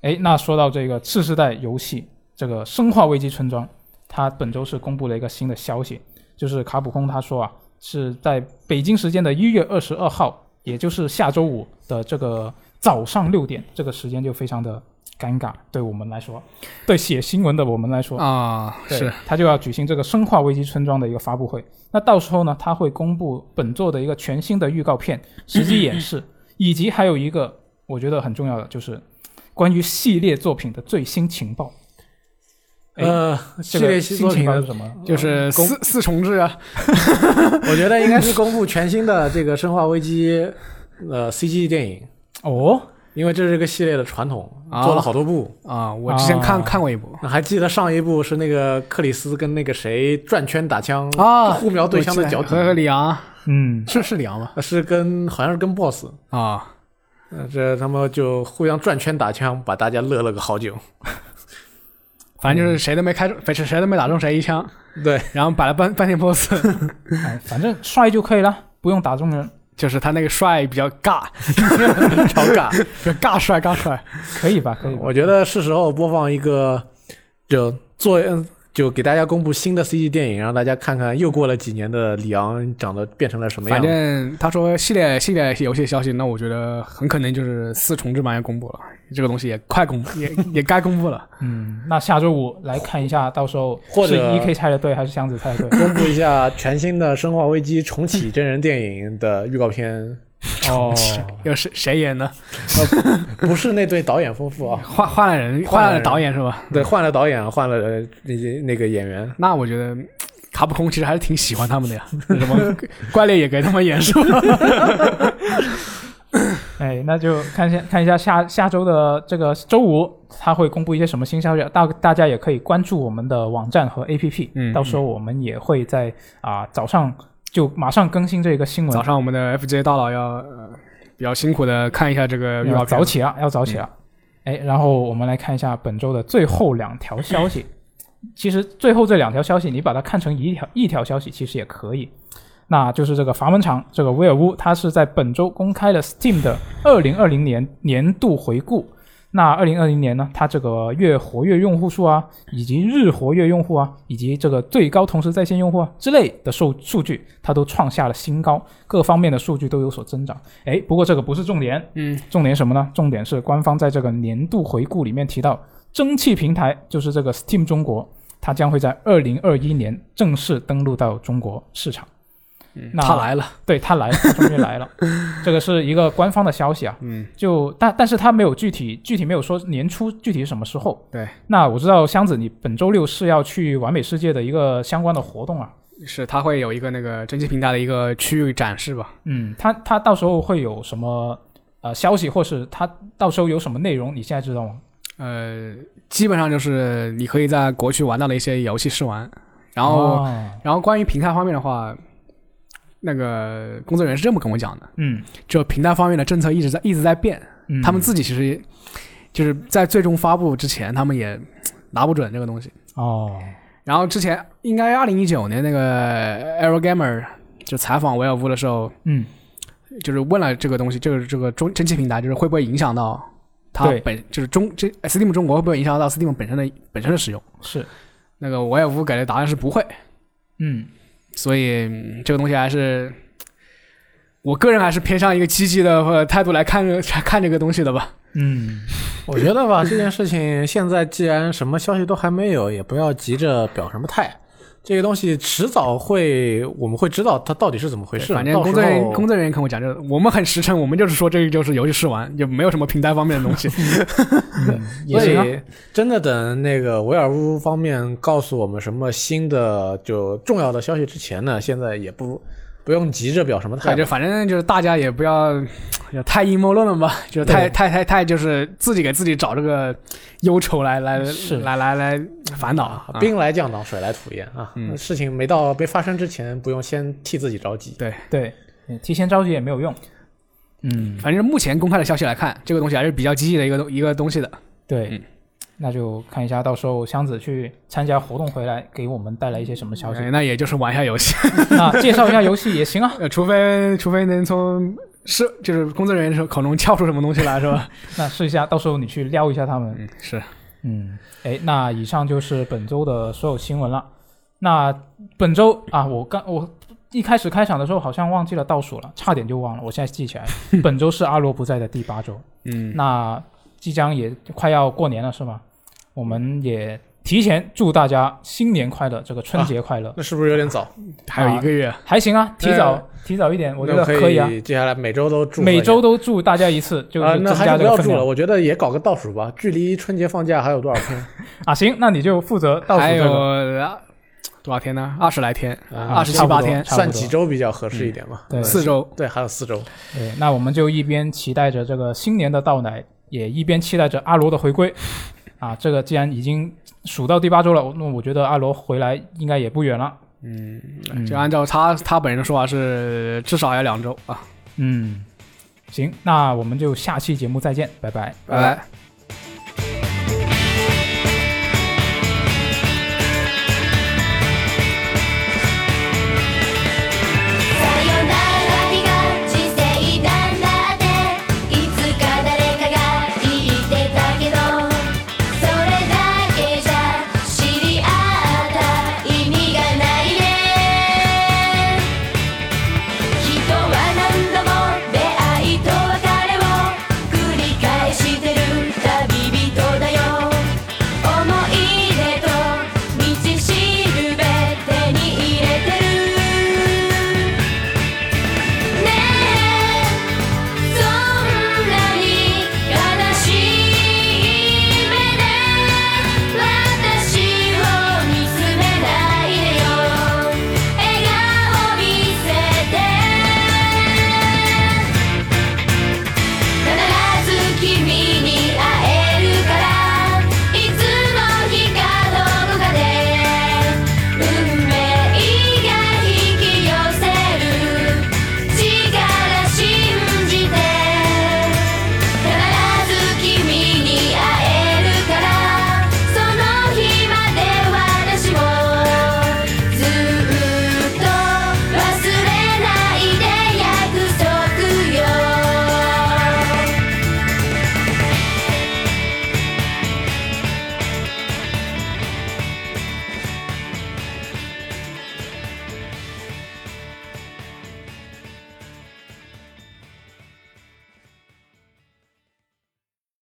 Speaker 1: 哎，那说到这个次世代游戏，这个《生化危机：村庄》，它本周是公布了一个新的消息，就是卡普空他说啊，是在北京时间的一月二十二号，也就是下周五的这个早上六点，这个时间就非常的尴尬，对我们来说，对写新闻的我们来说，
Speaker 2: 啊，
Speaker 1: 对
Speaker 2: 是，
Speaker 1: 他就要举行这个《生化危机村庄》的一个发布会。那到时候呢，他会公布本作的一个全新的预告 片、实际演示，以及还有一个我觉得很重要的就是关于系列作品的最新情报。哎
Speaker 3: 呃，系
Speaker 1: 这个
Speaker 3: 列新
Speaker 1: 新
Speaker 3: 作
Speaker 1: 情
Speaker 3: 品
Speaker 1: 报
Speaker 3: 的呃
Speaker 1: 是什么？
Speaker 2: 就是
Speaker 3: 公
Speaker 2: 四四重制啊，
Speaker 3: 我觉得应该是公布全新的这个《生化危机》呃 CG 电影，
Speaker 1: 哦，
Speaker 3: 因为这是这个系列的传统，
Speaker 2: 啊
Speaker 3: 做了好多部。
Speaker 2: 啊，我之前看
Speaker 1: 啊
Speaker 2: 看过一部
Speaker 3: 还记得上一部是那个克里斯跟那个谁转圈打枪，
Speaker 2: 啊，
Speaker 3: 互瞄对
Speaker 2: 我
Speaker 3: 枪
Speaker 2: 记
Speaker 3: 的
Speaker 2: 得
Speaker 3: 脚底，
Speaker 2: 和和里昂
Speaker 1: 嗯，
Speaker 2: 是是里昂吗？
Speaker 3: 呃是跟好像是跟 BOSS，
Speaker 2: 啊，
Speaker 3: 呃这他们就互相转圈打枪，把大家乐了个好久。
Speaker 1: 嗯
Speaker 2: 反正就是谁都没开中，谁谁都没打中谁一枪
Speaker 3: 对，
Speaker 2: 然后摆了半半天 pose，
Speaker 1: 哎，反正帅就可以了，不用打中人，
Speaker 2: 就是他那个帅比较尬，超尬，比较尬帅尬帅。
Speaker 1: 可 以吧？可以吧。
Speaker 3: 嗯我觉得是时候播放一个，就做嗯就给大家公布新的 CG 电影，让大家看看又过了几年的里昂长得变成了什么样
Speaker 2: 反
Speaker 3: 子。
Speaker 2: 正他说系列系列游戏消息，那我觉得很可能就是四重置版要公布了，这个东西也快公 布，也也该公布了。
Speaker 1: 嗯，那下周五来看一下，到时候
Speaker 3: 或
Speaker 1: 是
Speaker 3: 者
Speaker 1: E K 猜的对还是箱子猜 的对？
Speaker 3: 公布一下全新的《生化危机》重启真人电影的预告片，
Speaker 1: 哦，
Speaker 2: 又是谁演呢？
Speaker 3: 不是那对导演夫妇啊，
Speaker 2: 换换了人，
Speaker 3: 换
Speaker 2: 换
Speaker 3: 了人
Speaker 2: 了导演是吧？
Speaker 3: 对，换了导演，换了呃那些那个演员。
Speaker 2: 那我觉得嗯卡普空其实还是挺喜欢他们的呀， 什么怪猎也给他们演是吧？
Speaker 1: 哎，那就看一下看一下下下周的这个周五，他会公布一些什么新消息，大大家也可以关注我们的网站和 A P P，
Speaker 2: 嗯
Speaker 1: 到时候我们也会在啊、早上就马上更新这个新闻，
Speaker 2: 早上我们的 FJ 大佬要、呃、比较辛苦的看一下这个预告
Speaker 1: 要
Speaker 2: 片
Speaker 1: 早，起了，要早起了。哎，然后我们来看一下本周的最后两条消息。其实最后这两条消息，你把它看成一条一条消息，其实也可以。那就是这个阀门厂，这个威尔乌，它是在本周公开了 Steam 的2020年年度回顾。那2020年呢，它这个月活跃用户数啊，以及日活跃用户啊，以及这个最高同时在线用户啊之类的数数据，它都创下了新高，各方面的数据都有所增长。哎，不过这个不是重点，
Speaker 2: 嗯，
Speaker 1: 重点什么呢？重点是官方在这个年度回顾里面提到，蒸汽平台就是这个 Steam 中国，它将会在二零二一年正式登陆到中国市场。那
Speaker 2: 他嗯来了，
Speaker 1: 对他来了，他终于来了， 这个是一个官方的消息啊。
Speaker 2: 嗯，
Speaker 1: 就但但是他没有具体具体没有说年初具体是什么时候。
Speaker 2: 对，
Speaker 1: 那我知道箱子，你本周六是要去完美世界的一个相关的活动啊。
Speaker 2: 是他会有一个那个蒸汽平台的一个区域展示吧？
Speaker 1: 嗯，他他到时候会有什么呃消息，或是他到时候有什么内容，你现在知道吗？
Speaker 2: 呃，基本上就是你可以在国区玩到的一些游戏试玩，然后、
Speaker 1: 哦
Speaker 2: 然后关于平台方面的话，那个工作人员是这么跟我讲的，
Speaker 1: 嗯，
Speaker 2: 就平台方面的政策一直在一直在变，
Speaker 1: 嗯
Speaker 2: 他们自己其实也就是在最终发布之前，他们也嘖拿不准这个东西。
Speaker 1: 哦，
Speaker 2: 然后之前应该二零一九年那个 Eurogamer 就采访维尔乌的时候，
Speaker 1: 嗯，
Speaker 2: 就是问了这个东西，就是这个中蒸汽平台，就是会不会影响到它
Speaker 1: 对
Speaker 2: 本就是中这 Steam 中国会不会影响到 Steam 本身的本身的使用？
Speaker 1: 是，
Speaker 2: 那个维尔乌给的答案是不会，
Speaker 1: 嗯，
Speaker 2: 所以、嗯这个东西还是。我个人还是偏向一个积极的呃态度来看 看这个东西的吧。
Speaker 1: 嗯，
Speaker 3: 我觉得吧，这件事情现在既然什么消息都还没有，也不要急着表什么态。这个东西迟早会，我们会知道它到底是怎么回事。
Speaker 2: 反正
Speaker 3: 到时
Speaker 2: 工
Speaker 3: 候
Speaker 2: 作人员工作人员跟我讲，就是我们很实诚，我们就是说这个就是游戏试玩，也没有什么平台方面的东西。
Speaker 1: 也
Speaker 3: 所
Speaker 1: 行啊
Speaker 3: 以真的等那个维尔乌方面告诉我们什么新的就重要的消息之前呢，现在也不不用急着表什么态
Speaker 2: 对，
Speaker 3: 度
Speaker 2: 就。反正就是大家也不要就太阴谋论了吧，就是太太太太就是自己给自己找这个忧愁来来
Speaker 1: 是
Speaker 2: 来来来烦恼啊。
Speaker 3: 兵来将挡，水来土掩啊！事情没到没发生之前，不用先替自己着急。
Speaker 2: 对，
Speaker 1: 对，提前着急也没有用。嗯，
Speaker 2: 反正目前公开的消息来看，这个东西还是比较积极的一个东一个东西的。
Speaker 1: 对，
Speaker 2: 嗯
Speaker 1: 那就看一下到时候箱子去参加活动回来，给我们带来一些什么消息。
Speaker 2: 哎那也就是玩一下游戏，
Speaker 1: 那介绍一下游戏也行啊。
Speaker 2: 呃，除非除非能从是就是工作人员的时候口中撬出什么东西来，是吧？
Speaker 1: 那试一下，到时候你去撩一下他们。
Speaker 2: 嗯，是。
Speaker 1: 嗯，哎，那以上就是本周的所有新闻了。那本周啊，我刚我一开始开场的时候好像忘记了倒数了，差点就忘了，我现在记起来了，本周是阿罗不在的第八周。
Speaker 2: 嗯，
Speaker 1: 那即将也快要过年了，是吗？我们也提前祝大家新年快乐，这个春节快乐，
Speaker 3: 那是不是有点早？
Speaker 2: 还有一个月，
Speaker 1: 还行啊，提早、
Speaker 3: 呃
Speaker 1: 提早一点，我觉
Speaker 3: 那
Speaker 1: 得
Speaker 3: 可
Speaker 1: 以啊。
Speaker 3: 接下来每周都祝贺一下
Speaker 1: 每周都祝大家一次，就
Speaker 3: 啊，
Speaker 1: 是
Speaker 3: 那
Speaker 1: 增
Speaker 3: 还
Speaker 1: 加
Speaker 3: 是不
Speaker 1: 这
Speaker 3: 要
Speaker 1: 个分
Speaker 3: 祝了。
Speaker 1: 量
Speaker 3: 我觉得也搞个倒数吧，距离春节放假还有多少天？
Speaker 1: 啊。行，那你就负责倒数
Speaker 3: 哎
Speaker 2: 还
Speaker 1: 这
Speaker 2: 有
Speaker 1: 个。
Speaker 2: 啊多少天呢？二十来天，
Speaker 3: 啊
Speaker 2: 二十
Speaker 1: 差
Speaker 2: 七
Speaker 1: 不多
Speaker 2: 八天，
Speaker 1: 差不
Speaker 3: 算
Speaker 1: 多
Speaker 3: 几周比较合适一点嘛？
Speaker 1: 对
Speaker 2: 四周。
Speaker 3: 嗯对，还有四周。
Speaker 1: 对，那我们就一边期待着这个新年的到来，也一边期待着阿罗的回 归。啊，这个既然已经数到第八周了，那我觉得阿罗回来应该也不远了。嗯
Speaker 2: 就按照他他本人的说法是至少要两周啊，
Speaker 1: 嗯，行，那我们就下期节目再见，拜拜。
Speaker 2: 拜拜。